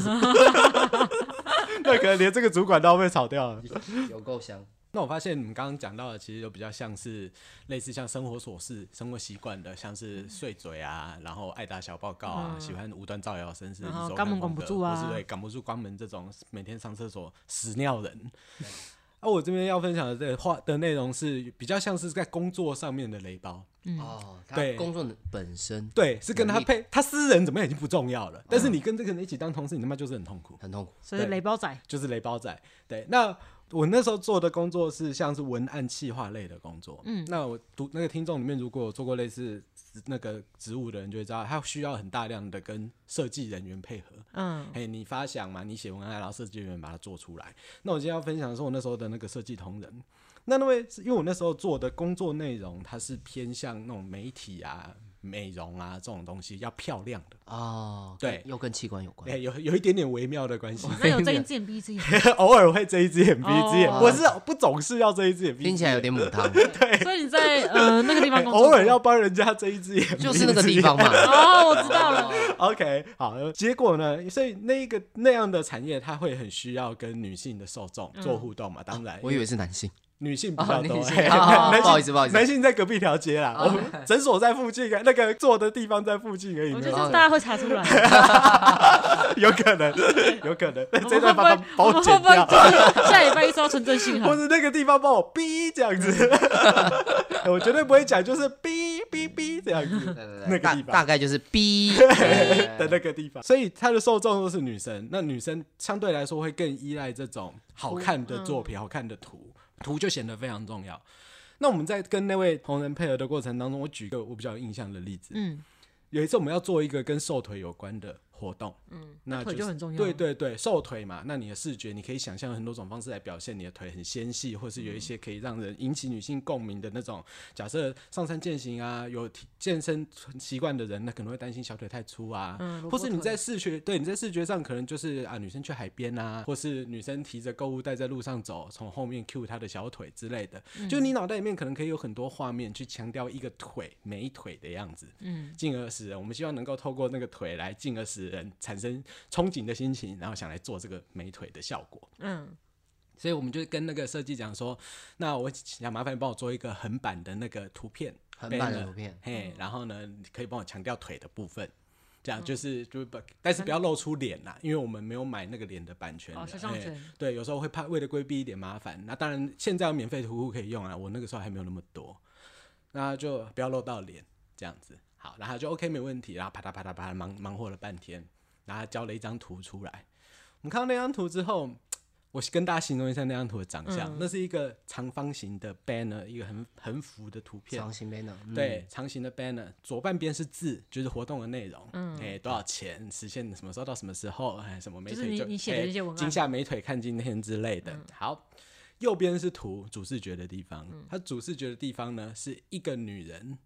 Speaker 3: 那可能连这个主管都要被炒掉了。
Speaker 1: 有够香。
Speaker 3: 那我发现你们刚刚讲到的，其实就比较像是类似像生活琐事、生活习惯的，像是碎嘴啊，然后爱打小报告啊，
Speaker 2: 嗯
Speaker 3: 喜欢无端造谣生事，
Speaker 2: 然后
Speaker 3: 一周
Speaker 2: 肛门管
Speaker 3: 看风
Speaker 2: 不
Speaker 3: 格
Speaker 2: 住啊
Speaker 3: 或是对，管不住肛门这种每天上厕所屎尿人。啊，我这边要分享的这个话的内容是比较像是在工作上面的雷包，
Speaker 1: 哦，他
Speaker 3: 对
Speaker 1: 工作本身
Speaker 3: 嗯对，是跟他
Speaker 1: 能力
Speaker 3: 配，他私人怎么样已经不重要了，但是
Speaker 2: 嗯
Speaker 3: 你跟这个人一起当同事，你他妈就是很痛苦。
Speaker 1: 很痛苦，
Speaker 2: 所以是雷包仔，
Speaker 3: 就是雷包仔。对，那我那时候做的工作是像是文案企划类的工作。嗯，那我读那个听众里面，如果有做过类似职那个职务的人，就会知道他需要很大量的跟设计人员配合。
Speaker 2: 嗯，
Speaker 3: 哎、你发想嘛，你写文案，然后设计人员把它做出来。那我今天要分享的是我那时候的那个设计同仁。那那位是因为我那时候做的工作内容，它是偏向那种媒体啊、美容啊这种东西要漂亮的，
Speaker 1: 哦，
Speaker 3: 对
Speaker 1: 又跟器官有关
Speaker 3: 哎、。有有一点点微妙的关系。
Speaker 2: 那有睁一只眼闭一只眼，
Speaker 3: 偶尔会睁一只眼闭一只眼，
Speaker 2: 哦
Speaker 3: 我是不总是要睁一只眼闭一只
Speaker 1: 听
Speaker 3: 眼，
Speaker 1: 起来有点母汤，
Speaker 2: 所以你在 呃那个地方
Speaker 3: 哎
Speaker 2: 工作，
Speaker 3: 偶尔要帮人家睁一只眼，
Speaker 1: 就是那个
Speaker 3: 闭一
Speaker 1: 地
Speaker 3: 只眼
Speaker 1: 方嘛。
Speaker 2: 哦，我知道了，
Speaker 3: OK，好，结果呢？所以那一个那样的产业，它会很需要跟女性的受众做互动嘛？
Speaker 2: 嗯
Speaker 3: 当然，
Speaker 1: 哦我以为是男性，
Speaker 3: 女性比较多，
Speaker 1: 哦女性
Speaker 3: 嘿
Speaker 1: 哦哦
Speaker 3: 男性
Speaker 1: 不好意思不好意思哦
Speaker 3: 男性在隔壁条街啦，我们诊所在附近啊，那个坐的地方在附近而已
Speaker 2: 我觉
Speaker 3: 没
Speaker 2: 得
Speaker 3: 有，
Speaker 2: 这大家会查出来，
Speaker 3: 有可能，有可能，那
Speaker 2: 我们
Speaker 3: 这段
Speaker 2: 会不
Speaker 3: 帮
Speaker 2: 会
Speaker 3: 帮
Speaker 2: 我
Speaker 3: 我
Speaker 2: 们
Speaker 3: 剪
Speaker 2: 会不会
Speaker 3: 掉，
Speaker 2: 就是下礼拜一收到纯正信
Speaker 3: 或
Speaker 2: 函？
Speaker 3: 者那个地方帮我逼这样 子，我绝对不会讲，就是逼逼逼这样子。
Speaker 1: 对对对
Speaker 3: 那个
Speaker 1: 大
Speaker 3: 地方
Speaker 1: 大概就是 B
Speaker 3: 的那个地方，所以它的受众都是女生。那女生相对来说会更依赖这种好看的作品、好看的图，图就显得非常重要。那我们在跟那位同仁配合的过程当中，我举一个我比较有印象的例子。
Speaker 2: 嗯，
Speaker 3: 有一次我们要做一个跟瘦腿有关的活动，嗯，那
Speaker 2: 腿
Speaker 3: 是
Speaker 2: 就很重要啊
Speaker 3: 对对对，瘦腿嘛，那你的视觉你可以想象很多种方式来表现你的腿很纤细，或是
Speaker 2: 嗯
Speaker 3: 有一些可以让人引起女性共鸣的那种。假设上山健行啊，有体健身习惯的人，那可能会担心小腿太粗啊，
Speaker 2: 嗯萝卜
Speaker 3: 或是你
Speaker 2: 腿
Speaker 3: 在视觉对你在视觉上可能就是啊，女生去海边啊，或是女生提着购物袋在路上走，从后面 cue 她的小腿之类的，就你脑袋里面可能可以有很多画面去强调一个腿美腿的样子。进而使人，我们希望能够透过那个腿来进而使人产生憧憬的心情，然后想来做这个美腿的效果。
Speaker 2: 嗯，
Speaker 3: 所以我们就跟那个设计讲说，那我想麻烦你帮我做一个横版的那个图片，
Speaker 1: 横版的
Speaker 3: banner
Speaker 1: 图片嗯
Speaker 3: 嘿，然后呢，你可以帮我强调腿的部分。这样就是就是
Speaker 1: 嗯
Speaker 3: 把，但是不要露出脸啦，因为我们没有买那个脸的版权的。
Speaker 2: 哦肖像
Speaker 3: 嘿
Speaker 2: 权
Speaker 3: 对，有时候会怕为了规避一点麻烦。那当然，现在有免费图库可以用啊，我那个时候还没有那么多。那就不要露到脸，这样子。好，然后就 OK 没问题，然后啪嗒啪嗒啪嗒忙忙活了半天，然后他交了一张图出来。我们看到那张图之后，我跟大家形容一下那张图的长相，
Speaker 2: 嗯
Speaker 3: 那是一个长方形的 banner，一个横横幅的图片，
Speaker 1: 长形 banner，嗯，
Speaker 3: 对，长形的 banner，左半边是字，就是活动的内容，嗯，哎，多少钱，实现什么时候到什么时候，哎，什么美
Speaker 2: 就是
Speaker 3: 腿
Speaker 2: 你
Speaker 3: 就
Speaker 2: 你写的
Speaker 3: 哎
Speaker 2: 那些文案嗯
Speaker 3: 惊吓美腿看今天之类的。好，右边是图主视觉的地方，
Speaker 2: 嗯
Speaker 3: 它主视觉的地方呢是一个女人，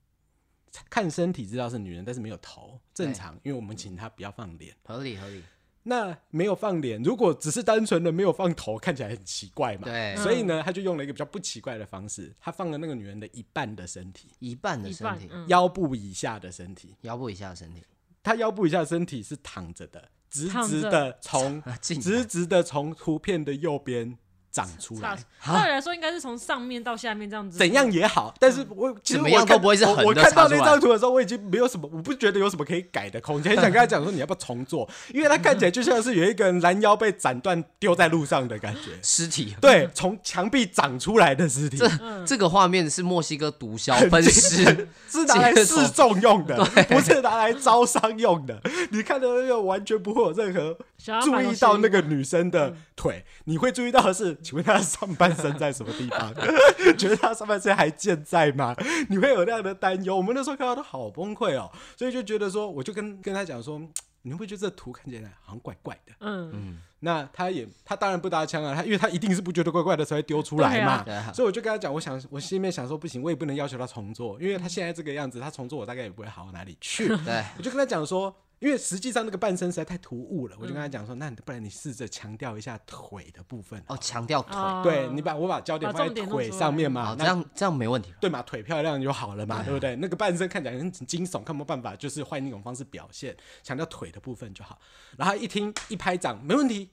Speaker 3: 看身体知道是女人，但是没有头，正
Speaker 1: 对
Speaker 3: 常，因为我们请她不要放脸。
Speaker 1: 合理合理，
Speaker 3: 那没有放脸，如果只是单纯的没有放头，看起来很奇怪嘛。
Speaker 1: 对
Speaker 3: 所以呢，他就用了一个比较不奇怪的方式，他放了那个女人的一半的身体，
Speaker 1: 一半的
Speaker 2: 一
Speaker 1: 身
Speaker 2: 半，
Speaker 1: 体，
Speaker 2: 嗯，
Speaker 3: 腰部以下的身体，
Speaker 1: 腰部以下的 身体，
Speaker 3: 他腰部以下的身体是躺着的，直直的 从
Speaker 1: 竟然
Speaker 3: 直直的从图片的右边长出
Speaker 2: 嗯差
Speaker 3: 来。啊
Speaker 2: 照理来说应该是从上面到下面这样子，
Speaker 3: 怎样也好，但是我其
Speaker 1: 怎
Speaker 3: 实我
Speaker 1: 么样
Speaker 3: 看
Speaker 1: 都不会是
Speaker 3: 我
Speaker 1: 横
Speaker 3: 我
Speaker 1: 的
Speaker 3: 看到
Speaker 1: 插出
Speaker 3: 那
Speaker 1: 来
Speaker 3: 张图的时候，我已经没有什么，我不觉得有什么可以改的空间，很想跟他讲说你要不要重做，因为他看起来就像是有一个人拦腰被斩断丢在路上的感觉。
Speaker 1: 尸体，
Speaker 3: 对，从墙壁长出来的尸体
Speaker 1: 这
Speaker 2: 嗯
Speaker 1: 这个画面是墨西哥毒枭 分尸，
Speaker 3: 是拿来
Speaker 1: 这个头
Speaker 3: 示众用的，不是拿来招商用的。你看到那个完全不会有任何
Speaker 2: 想要
Speaker 3: 注
Speaker 2: 把东
Speaker 3: 意
Speaker 2: 西嗯
Speaker 3: 到那个女生的腿，你会注意到的是，请问她的上半身在什么地方？ 觉得她上半身还健在吗？你会有那样的担忧。我们那时候看到都好崩溃哦，所以就觉得说，我就跟跟他讲说，嗯你会不会觉得这图看起来好像怪怪的？
Speaker 2: 嗯，
Speaker 3: 那他也他当然不搭腔啊，他因为他一定是不觉得怪怪的才会丢出来
Speaker 1: 对
Speaker 3: 嘛，
Speaker 1: 啊对啊
Speaker 3: 所以我就跟他讲，我想我心里面想说不行，我也不能要求他重做，因为他现在这个样子，他重做我大概也不会好到哪里去。
Speaker 1: 对，
Speaker 3: 我就跟他讲说，因为实际上那个半身实在太突兀了，我就跟他讲说，那不然你试着强调一下腿的部分，
Speaker 1: 哦，强调腿，
Speaker 2: 哦
Speaker 3: 对你把我把焦点
Speaker 2: 把
Speaker 3: 放
Speaker 2: 重
Speaker 3: 在
Speaker 2: 点
Speaker 3: 腿
Speaker 2: 弄出来
Speaker 3: 上面嘛
Speaker 1: 好，，这
Speaker 3: 啊那
Speaker 1: 样这样没问题吧，
Speaker 3: 对嘛，腿漂亮就好了嘛，对不对？那个半身看起来很惊悚，看没有办法，就是换一种方式表现，强调腿的部分就好。然后一听一拍掌，没问题，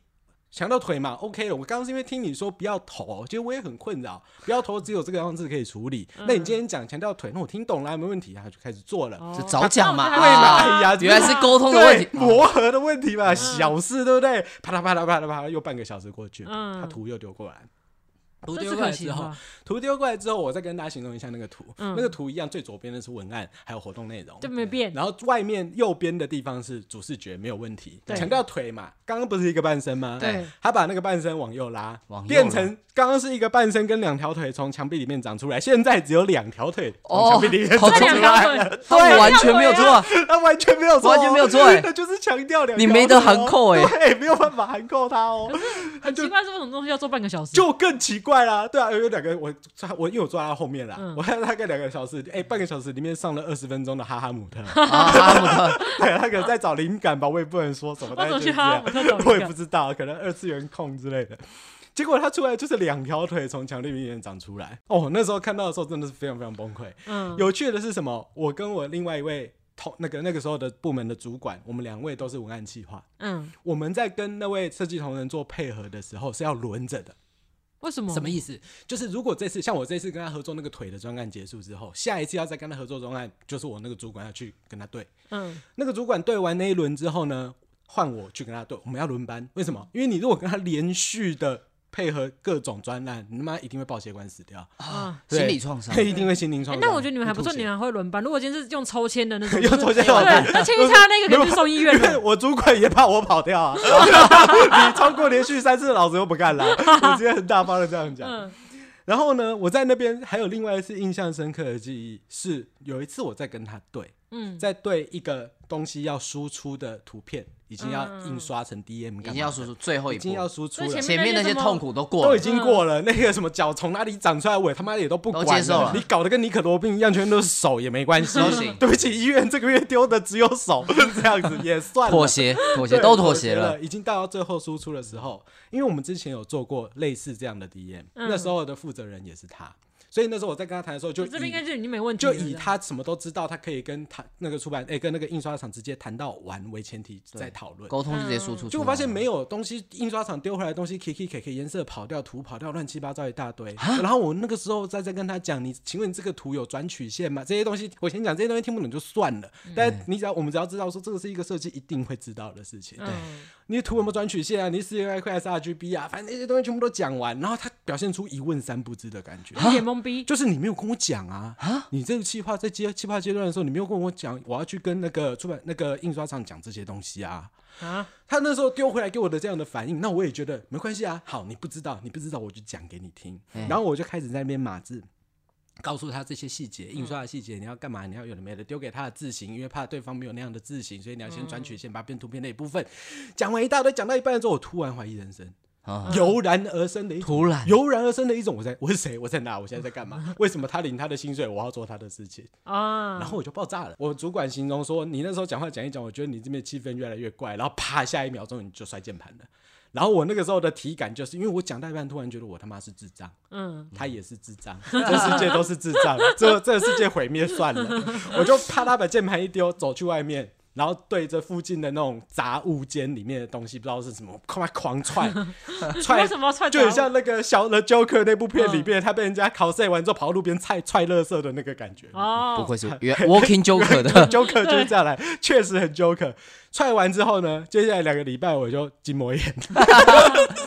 Speaker 3: 强调腿嘛，OK 了。我刚刚是因为听你说不要头，其实我也很困扰，不要头只有这个方式可以处理。那你今天讲强调腿，那我听懂啦，没问题啊，就开始做了。
Speaker 2: 哦
Speaker 1: 就早讲嘛，
Speaker 2: 对嘛
Speaker 1: 啊
Speaker 3: 哎呀
Speaker 1: 原来是沟通的问
Speaker 3: 对
Speaker 1: 题，，
Speaker 3: 磨合的问题嘛，小事对不对？啪啦啪啦啪啦啪啦，又半个小时过去，
Speaker 2: 嗯
Speaker 3: 他图又丢过来，图
Speaker 2: 这
Speaker 3: 丢
Speaker 2: 是
Speaker 3: 过
Speaker 1: 哦
Speaker 3: 来
Speaker 2: 可行
Speaker 3: 之后
Speaker 2: 吧，？
Speaker 3: 图丢过来之后，我再跟大家形容一下那个图。
Speaker 1: 嗯
Speaker 3: 那个图一样，最左边的是文案，还有活动内容
Speaker 2: 就。没变，
Speaker 3: 然后外面右边的地方是主视觉，没有问题。
Speaker 2: 对
Speaker 3: 强调腿嘛，刚刚不是一个半身吗？
Speaker 2: 对，
Speaker 3: 他把那个半身往右拉，
Speaker 1: 往右
Speaker 3: 变
Speaker 1: 拉
Speaker 3: 成刚刚是一个半身跟两条腿从墙壁里面长出来，现在只有两条腿从
Speaker 1: 哦
Speaker 3: 墙壁里面长
Speaker 1: 好
Speaker 2: 这
Speaker 3: 出
Speaker 2: 两
Speaker 3: 来
Speaker 2: 条
Speaker 3: 了。
Speaker 2: 腿，
Speaker 1: 他完全没有
Speaker 2: 对
Speaker 1: 错，
Speaker 3: 他完全没有错哦，
Speaker 1: 完全没 有错哎
Speaker 3: 他就是强调两条腿哦，
Speaker 1: 你没得函扣哎
Speaker 3: 对，没有办法函扣他哦，他
Speaker 2: 很
Speaker 3: 就
Speaker 2: 奇怪，是为什么东西要做半个小时？
Speaker 3: 就更奇快啦，对啊，有有两个我抓我因为我坐在他后面啦，
Speaker 2: 嗯
Speaker 3: 我还有大概两个小时，哎、半个小时里面上了二十分钟的哈哈 姆特，
Speaker 1: 啊，哈姆特，
Speaker 3: 对，他可能在找灵感吧，我也不能说什么，
Speaker 2: 我
Speaker 3: 但
Speaker 2: 怎么
Speaker 3: 是就是
Speaker 2: 去
Speaker 3: 这
Speaker 2: 哈
Speaker 3: 样
Speaker 2: 哈姆特找灵
Speaker 3: 我也不
Speaker 2: 感？
Speaker 3: 知道，可能二次元控之类的。结果他出来就是两条腿从墙壁里面长出来，哦，那时候看到的时候真的是非常非常崩溃。
Speaker 2: 嗯，
Speaker 3: 有趣的是什么？我跟我另外一位同那个那个时候的部门的主管，我们两位都是文案企划。
Speaker 2: 嗯，
Speaker 3: 我们在跟那位设计同仁做配合的时候是要轮着的，
Speaker 2: 为什么？
Speaker 3: 什么意思？就是如果这次像我这次跟他合作那个腿的专案结束之后，下一次要再跟他合作专案，就是我那个主管要去跟他对。
Speaker 2: 嗯，
Speaker 3: 那个主管对完那一轮之后呢，换我去跟他对，我们要轮班。为什么？因为你如果跟他连续的配合各种专案，你他妈一定会报血管死掉，
Speaker 2: 啊。
Speaker 3: 对，
Speaker 1: 心理创伤
Speaker 3: 一定会心灵创
Speaker 2: 哎，
Speaker 3: 伤。
Speaker 2: 那我觉得你们还不错，
Speaker 3: 会吐血
Speaker 2: 你们还会轮班。如果今天是用抽签的那 种，
Speaker 3: 用
Speaker 2: 就是
Speaker 3: 抽签的话
Speaker 2: 对，那 签一差那个可以去送医院
Speaker 3: 因 为
Speaker 2: 了。
Speaker 3: 我主管也怕我跑掉 啊，你超过连续三次，老子又不干了。我今天很大方的这样讲。
Speaker 2: 嗯
Speaker 3: 然后呢，我在那边还有另外一次印象深刻的记忆，是有一次我在跟他对，
Speaker 2: 嗯，
Speaker 3: 在对一个东西要输出的图片，已经要印刷成 DM，
Speaker 1: 已
Speaker 3: 干
Speaker 1: 经
Speaker 3: 嘛
Speaker 1: 要输出最后一
Speaker 3: 的已
Speaker 1: 步
Speaker 3: 经要
Speaker 1: 了，
Speaker 3: 输出
Speaker 2: 嗯所以
Speaker 3: 了。
Speaker 1: 前面那些
Speaker 2: 前面那些什么
Speaker 1: 痛苦都过
Speaker 3: 都
Speaker 1: 了嗯
Speaker 3: 已，经过了，那个什么脚从哪里长出来，我他妈也都不管
Speaker 1: 都接受了
Speaker 3: 你搞得跟尼可罗病一样，全都是手也没关 系
Speaker 1: 都行。
Speaker 3: 对不起，医院这个月丢的只有手，这样子也算了
Speaker 1: 妥。协，妥 协都妥协了，
Speaker 3: 了，已经到最后输出的时候，因为我们之前有做过类似这样的 DM，、
Speaker 2: 嗯
Speaker 3: 那时候的负责人也是他，所以那时候我在跟他谈的时候就
Speaker 2: 这边应该
Speaker 3: 以
Speaker 2: 是你没问题
Speaker 3: 就
Speaker 2: 了。
Speaker 3: 以他什么都知道，他可以跟他那个出版哎、跟那个印刷厂直接谈到完为前提
Speaker 1: 对
Speaker 3: 在讨论。
Speaker 1: 沟通就直接输出出来了，
Speaker 3: 嗯
Speaker 1: 啊
Speaker 3: 结果发现没有东西，印刷厂丢回来的东西，K K K K 颜色跑掉，图跑掉，乱七八糟一大堆。
Speaker 1: 啊
Speaker 3: 然后我那个时候再在跟他讲，你请问你这个图有转曲线吗？这些东西我先讲，这些东西听不懂就算了。
Speaker 1: 嗯
Speaker 3: 但你只要我们只要知道说这个是一个设计一定会知道的事情，
Speaker 2: 嗯
Speaker 3: 你的图有没有转曲线啊？你是 U I 还是 R G B 啊？反正那些东西全部都讲完，然后他表现出一问三不知的感觉。
Speaker 1: 啊
Speaker 2: 一脸懵逼。
Speaker 3: 就是你没有跟我讲啊！你这个计划在接计划阶段的时候，你没有跟我讲，我要去跟那个出版那个印刷厂讲这些东西啊。
Speaker 2: 啊，
Speaker 3: 他那时候丢回来给我的这样的反应，那我也觉得没关系啊。好，你不知道，你不知道，我就讲给你听。
Speaker 1: 嗯
Speaker 3: 然后我就开始在那边码字，告诉他这些细节，印刷的细节，你要干嘛，你要有的没的，丢给他的字型，因为怕对方没有那样的字型，所以你要先转曲线，把它变图片的一部分。讲完一大堆，讲到一半的时候，我突然怀疑人生，
Speaker 1: 啊，
Speaker 3: 油然而生的一种。
Speaker 1: 突然
Speaker 3: 油然而生的一种，我在我是谁？我在哪？我现在在干嘛？为什么他领他的薪水，我要做他的事情？
Speaker 2: 啊，
Speaker 3: 然后我就爆炸了。我主管形容说，你那时候讲话讲一讲，我觉得你这边气氛越来越怪，然后啪，下一秒钟你就摔键盘了。然后我那个时候的体感就是，因为我讲到一半，突然觉得我他妈是智障，
Speaker 2: 嗯，
Speaker 3: 他也是智障，这世界都是智障，这这世界毁灭算了。我就啪啦把键盘一丢，走去外面，然后对着附近的那种杂物间里面的东西，不知道是什么，狂 狂踹踹
Speaker 2: 为什么踹
Speaker 3: 就很
Speaker 2: 倒我
Speaker 3: 像那个小的 Joker 那部片里面，他被人家 cos 完之后跑到路边踹踹垃圾的那个感觉。
Speaker 2: 哦，
Speaker 1: 不愧是原 Walking Joker 的
Speaker 3: Joker 就是这样来，确实很 Joker。踹完之后呢，接下来两个礼拜我就筋膜炎，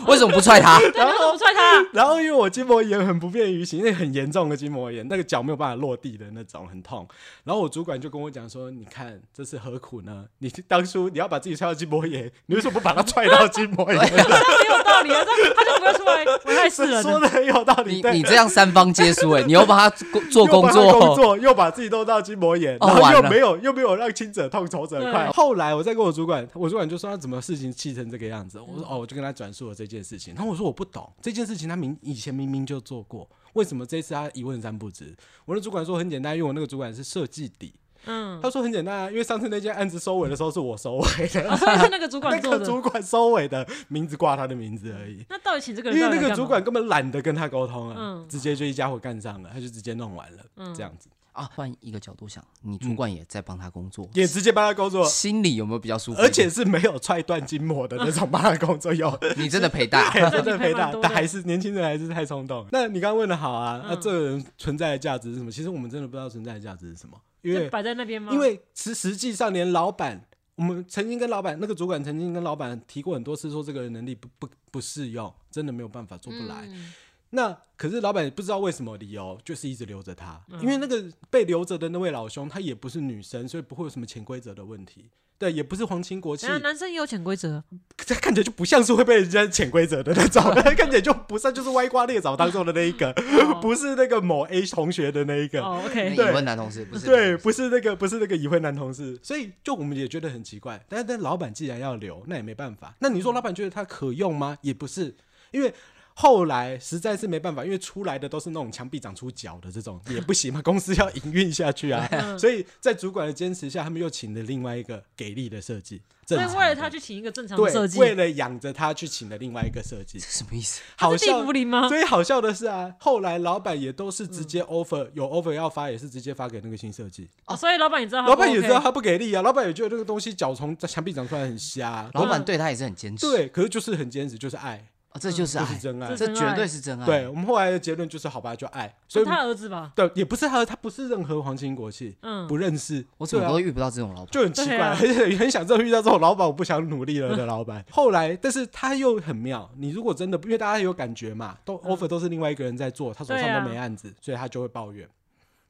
Speaker 1: 为什么不踹他？
Speaker 2: 对，为什么踹他？
Speaker 3: 然后因为我筋膜炎很不便于行，那很严重的筋膜炎，那个脚没有办法落地的那种，很痛。然后我主管就跟我讲说：“你看这是何苦呢？你当初你要把自己踹到筋膜炎，你为什么不把它踹到筋膜炎？”
Speaker 2: 这很有道理啊，这他就不会出来危害世人
Speaker 3: 说
Speaker 2: 了。
Speaker 3: 的很有道理，
Speaker 1: 你
Speaker 3: 对。啊
Speaker 1: 你这样三方皆输哎，你又帮他工做
Speaker 3: 又
Speaker 1: 工
Speaker 3: 帮他工
Speaker 1: 作，
Speaker 3: 作又把自己弄到筋膜炎，
Speaker 1: 哦
Speaker 3: 然后
Speaker 1: 完
Speaker 3: 又
Speaker 1: 了
Speaker 3: 没有又没有让亲者痛，仇者快。
Speaker 2: 对
Speaker 3: 后来我再跟我主管，我主管就说他怎么事情气成这个样子，
Speaker 1: 嗯
Speaker 3: 我说哦，我就跟他转述了这件事情，然后我说我不懂这件事情，他明以前明明就做过，为什么这次他一问三不知？我的主管说很简单，因为我那个主管是设计底，
Speaker 2: 嗯，
Speaker 3: 他说很简单啊，因为上次那件案子收尾的时候是我收尾
Speaker 1: 嗯
Speaker 3: 的，
Speaker 2: 哦所以是那个主
Speaker 3: 那
Speaker 2: 管做
Speaker 3: 个
Speaker 2: 的。
Speaker 3: 主管收尾的名字挂他的名字而已。
Speaker 2: 那到底请这个人？
Speaker 3: 因为那个主管，根本懒得跟他沟通啊，
Speaker 2: 嗯
Speaker 3: 直接就一家伙干上了，他就直接弄完了，这样子
Speaker 1: 啊，换一个角度想，你主管也在帮他工 作，
Speaker 3: 也直接帮他工作，
Speaker 1: 心里有没有比较舒服？
Speaker 3: 而且是没有踹断筋膜的那种帮他工作用，
Speaker 1: 你真的陪 大，
Speaker 3: 真的赔
Speaker 2: 那
Speaker 3: 大
Speaker 2: 你赔蛮多，的嗯
Speaker 3: 但还是年轻人还是太冲动。那你刚刚问的好啊，那、这个人存在的价值是什么？其实我们真的不知道存在的价值是什么，因
Speaker 2: 就
Speaker 3: 为
Speaker 2: 摆在那边吗？
Speaker 3: 因为实实际上连老板，我们曾经跟老板那个主管曾经跟老板提过很多次，说这个人能力不不不适用，真的没有办法做不来。
Speaker 2: 嗯
Speaker 3: 那可是老板也不知道为什么理由，就是一直留着他，因为那个被留着的那位老兄，他也不是女生，所以不会有什么潜规则的问题。对，也不是皇亲国戚
Speaker 2: 等一，下男生也有潜规则，
Speaker 3: 他看起来就不像是会被人家潜规则的那种，他看起来就不像就是歪瓜裂枣当中的那一个，不是那个某 A 同学的那一个，
Speaker 2: 哦
Speaker 1: 那
Speaker 2: ，OK，
Speaker 1: 已
Speaker 3: 对
Speaker 1: 婚男同事不是？
Speaker 3: 对，不是那个，不是那个已婚男同事，所以就我们也觉得很奇怪。但是，但老板既然要留，那也没办法。那你说老板觉得他可用吗？也不是，因为后来实在是没办法，因为出来的都是那种墙壁长出脚的这种，也不行嘛，公司要营运下去啊。所以在主管的坚持下，他们又请了另外一个给力的设计，正
Speaker 2: 所以
Speaker 3: 常
Speaker 2: 为了他去请一个正常的设
Speaker 3: 对，
Speaker 2: 计，
Speaker 3: 为了养着他去请了另外一个设计。
Speaker 1: 什么意思？
Speaker 2: 他
Speaker 3: 好
Speaker 2: 是地
Speaker 3: 笑
Speaker 2: 福林吗？
Speaker 3: 最好笑的是啊，后来老板也都是直接
Speaker 2: 嗯
Speaker 3: offer，、有 offer 要发也是直接发给那个新设计，
Speaker 2: 哦，所以老板也知道他
Speaker 3: 老板
Speaker 2: 不
Speaker 3: 也
Speaker 2: OK
Speaker 3: 知道他不给力啊，老板也觉得这个东西脚从墙壁长出来很瞎、
Speaker 1: 老板对他也是很坚持，
Speaker 3: 对，可是就是很坚持，就是爱，
Speaker 1: 哦，这就是
Speaker 3: 就
Speaker 1: 爱，
Speaker 3: 是真爱
Speaker 2: 这。
Speaker 1: 这绝对是真爱。
Speaker 3: 对，我们后来的结论就是，好吧，就爱。所
Speaker 2: 是
Speaker 3: 以
Speaker 2: 他儿子吧？
Speaker 3: 对，也不是他，他不是任何皇亲国戚，
Speaker 2: 嗯
Speaker 3: 不认识，
Speaker 1: 我怎么
Speaker 3: 对啊
Speaker 1: 都遇不到这种老板。
Speaker 3: 就很奇怪，
Speaker 2: 对啊
Speaker 3: 而且 很想这遇到这种老板，我不想努力了的 老板。后来，但是他又很妙，你如果真的，因为大家有感觉嘛，都 offer 都是另外一个人在做，他手
Speaker 2: 对
Speaker 3: 上
Speaker 2: 嗯啊
Speaker 3: 都没案子，所以他就会抱怨。
Speaker 2: 啊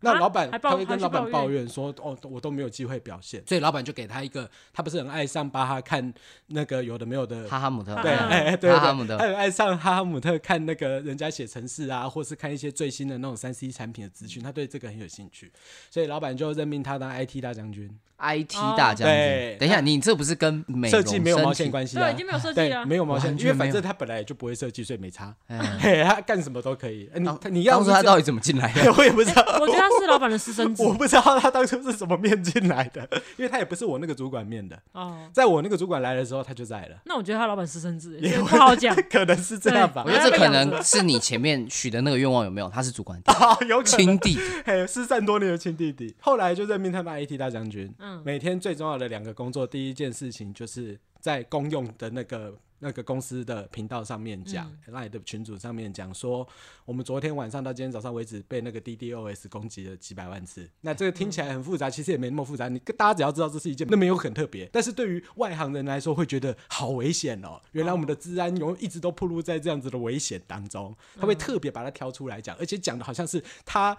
Speaker 3: 那老板
Speaker 2: 还抱
Speaker 3: 他会跟
Speaker 2: 还去
Speaker 3: 老板
Speaker 2: 抱
Speaker 3: 抱怨说：“哦，我都没有机会表现。”所以老板就给他一个，他不是很爱上巴哈看那个有的没有的
Speaker 1: 哈哈姆特，
Speaker 3: 对，
Speaker 2: 嗯
Speaker 3: 哎、哎对对
Speaker 1: 哈哈姆特
Speaker 3: 还有爱上哈哈姆特看那个人家写程式啊，或是看一些最新的那种三 C 产品的资讯，他对这个很有兴趣，所以老板就任命他当 IT 大将军，
Speaker 1: IT
Speaker 2: 哦
Speaker 1: 大将
Speaker 3: 对
Speaker 1: 军。等一下，你这不是跟美
Speaker 3: 设计没有毛线
Speaker 1: 系？
Speaker 3: 关系
Speaker 2: 对，
Speaker 3: 啊
Speaker 2: 已经。没有设计
Speaker 3: 对，
Speaker 2: 了。
Speaker 3: 没有毛线
Speaker 1: 完，全
Speaker 3: 因为
Speaker 1: 没
Speaker 3: 反
Speaker 1: 有
Speaker 3: 正他本来就不会设计，所以没差。
Speaker 1: 嗯
Speaker 3: 嘿，他干什么都可以。哎你他你要
Speaker 1: 当初他
Speaker 3: 是
Speaker 1: 到底怎么进来的？
Speaker 3: 这 我也不知道，
Speaker 2: 我觉得他是老板的私生子
Speaker 3: 我不知道他当初是怎么面进来的，因为他也不是我那个主管面的。
Speaker 2: 哦。
Speaker 3: 在我那个主管来的时候，他就在了，
Speaker 2: 那我觉得他老板私生子，欸
Speaker 3: 也
Speaker 2: 所以不好 讲。
Speaker 3: 可能是这样吧
Speaker 1: 我。觉得这可
Speaker 2: 他被养
Speaker 1: 能是你前面许的那个愿望有没有？他是主管
Speaker 3: 啊有可能
Speaker 1: 亲弟，
Speaker 3: 嘿，失散多年的亲弟弟，后来就任命他当 IT 大将军。
Speaker 2: 嗯
Speaker 3: 每天最重要的两个工作，第一件事情就是在公用的那个那个公司的频道上面讲、l i e 的群组上面讲说，我们昨天晚上到今天早上为止被那个 DDoS 攻击了几百万次。那这个听起来很复杂，其实也没那么复杂。你大家只要知道这是一件那没有很特别，但是对于外行人来说会觉得好危险哦。原来我们的治安永一直都暴露在这样子的危险当中，他会特别把它挑出来讲，而且讲的好像是他。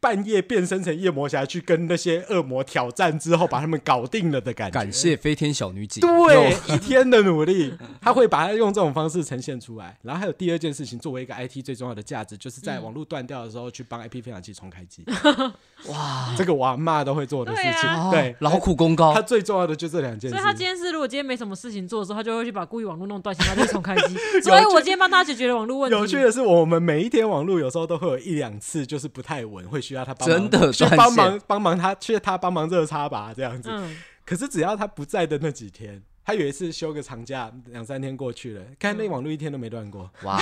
Speaker 3: 半夜变身成夜魔侠去跟那些恶魔挑战之后，把他们搞定了的感觉。
Speaker 1: 谢飞天小女警
Speaker 3: 对，一天的努力，他会把它用这种方式呈现出来。然后还有第二件事情，作为一个 IT 最重要的价值，就是在网络断掉的时候，去
Speaker 2: 嗯
Speaker 3: 帮 IP 分享器重开 机。哇，这个我阿妈都会做的事
Speaker 2: 对啊
Speaker 3: 情。
Speaker 1: 对
Speaker 3: 对，
Speaker 1: 哦劳苦功高
Speaker 3: 他，最重要的就这两件
Speaker 2: 所以他今
Speaker 3: 事。
Speaker 2: 天是，如果今天没什么事情做的时候，他就会去把故意网络弄断，先把它重开 机。所以我今天帮大家解决了网络问题。
Speaker 3: 有趣的是，我们每一天网络有时候都会有一两次就是不太稳，会需要他帮忙，
Speaker 1: 真的
Speaker 3: 去
Speaker 1: 断线
Speaker 3: 帮忙帮忙他，去他帮忙热插拔这样子。
Speaker 2: 嗯，
Speaker 3: 可是只要他不在的那几天，他有一次休个长假，两三天过去了，看那网络一天都没断过。
Speaker 1: 哇，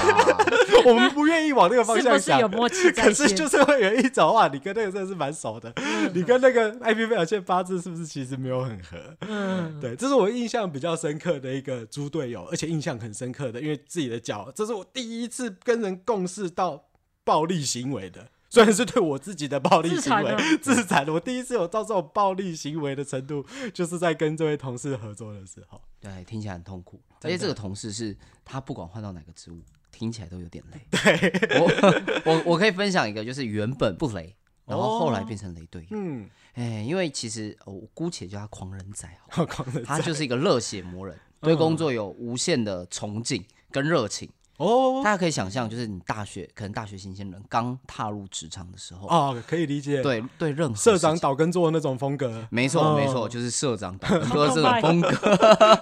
Speaker 3: 我们不愿意往那个方
Speaker 2: 是不
Speaker 3: 向
Speaker 2: 是
Speaker 3: 想，
Speaker 2: 有默契在
Speaker 3: 可是
Speaker 2: 先
Speaker 3: 就是会有一种哇，你跟那个真的是蛮熟的，
Speaker 2: 嗯
Speaker 3: 你跟那个 IP 表现八字是不是其实没有很合？
Speaker 2: 嗯，
Speaker 3: 对，这是我印象比较深刻的一个猪队友，而且印象很深刻的，因为自己的脚，这是我第一次跟人共事到暴力行为的。虽然是对我自己的暴力行为自残的，我第一次有到这种暴力行为的程度，就是在跟这位同事合作的时候。
Speaker 1: 对，听起来很痛苦。而
Speaker 3: 真的
Speaker 1: 且这个同事是他不管换到哪个职务，听起来都有点累。对，我我我可以分享一个，就是原本不雷，然后
Speaker 3: 哦
Speaker 1: 后来变成雷队友。
Speaker 3: 嗯，
Speaker 1: 哎，因为其实呃我姑且叫他狂人仔好了，
Speaker 3: 好狂 人
Speaker 1: 他就是一个热血魔人，对工作有无限的崇敬跟热情。
Speaker 3: 哦
Speaker 1: 大家可以想象，就是你大学可能大学新鲜人刚踏入职场的时候，
Speaker 3: 哦，可以理解。，
Speaker 1: 对对任何
Speaker 3: 社
Speaker 1: 事
Speaker 3: 长
Speaker 1: 情
Speaker 3: 倒跟做那种风格，
Speaker 1: 没
Speaker 3: 哦
Speaker 1: 错没错，就是社长党就是这种
Speaker 2: Oh
Speaker 1: 风格。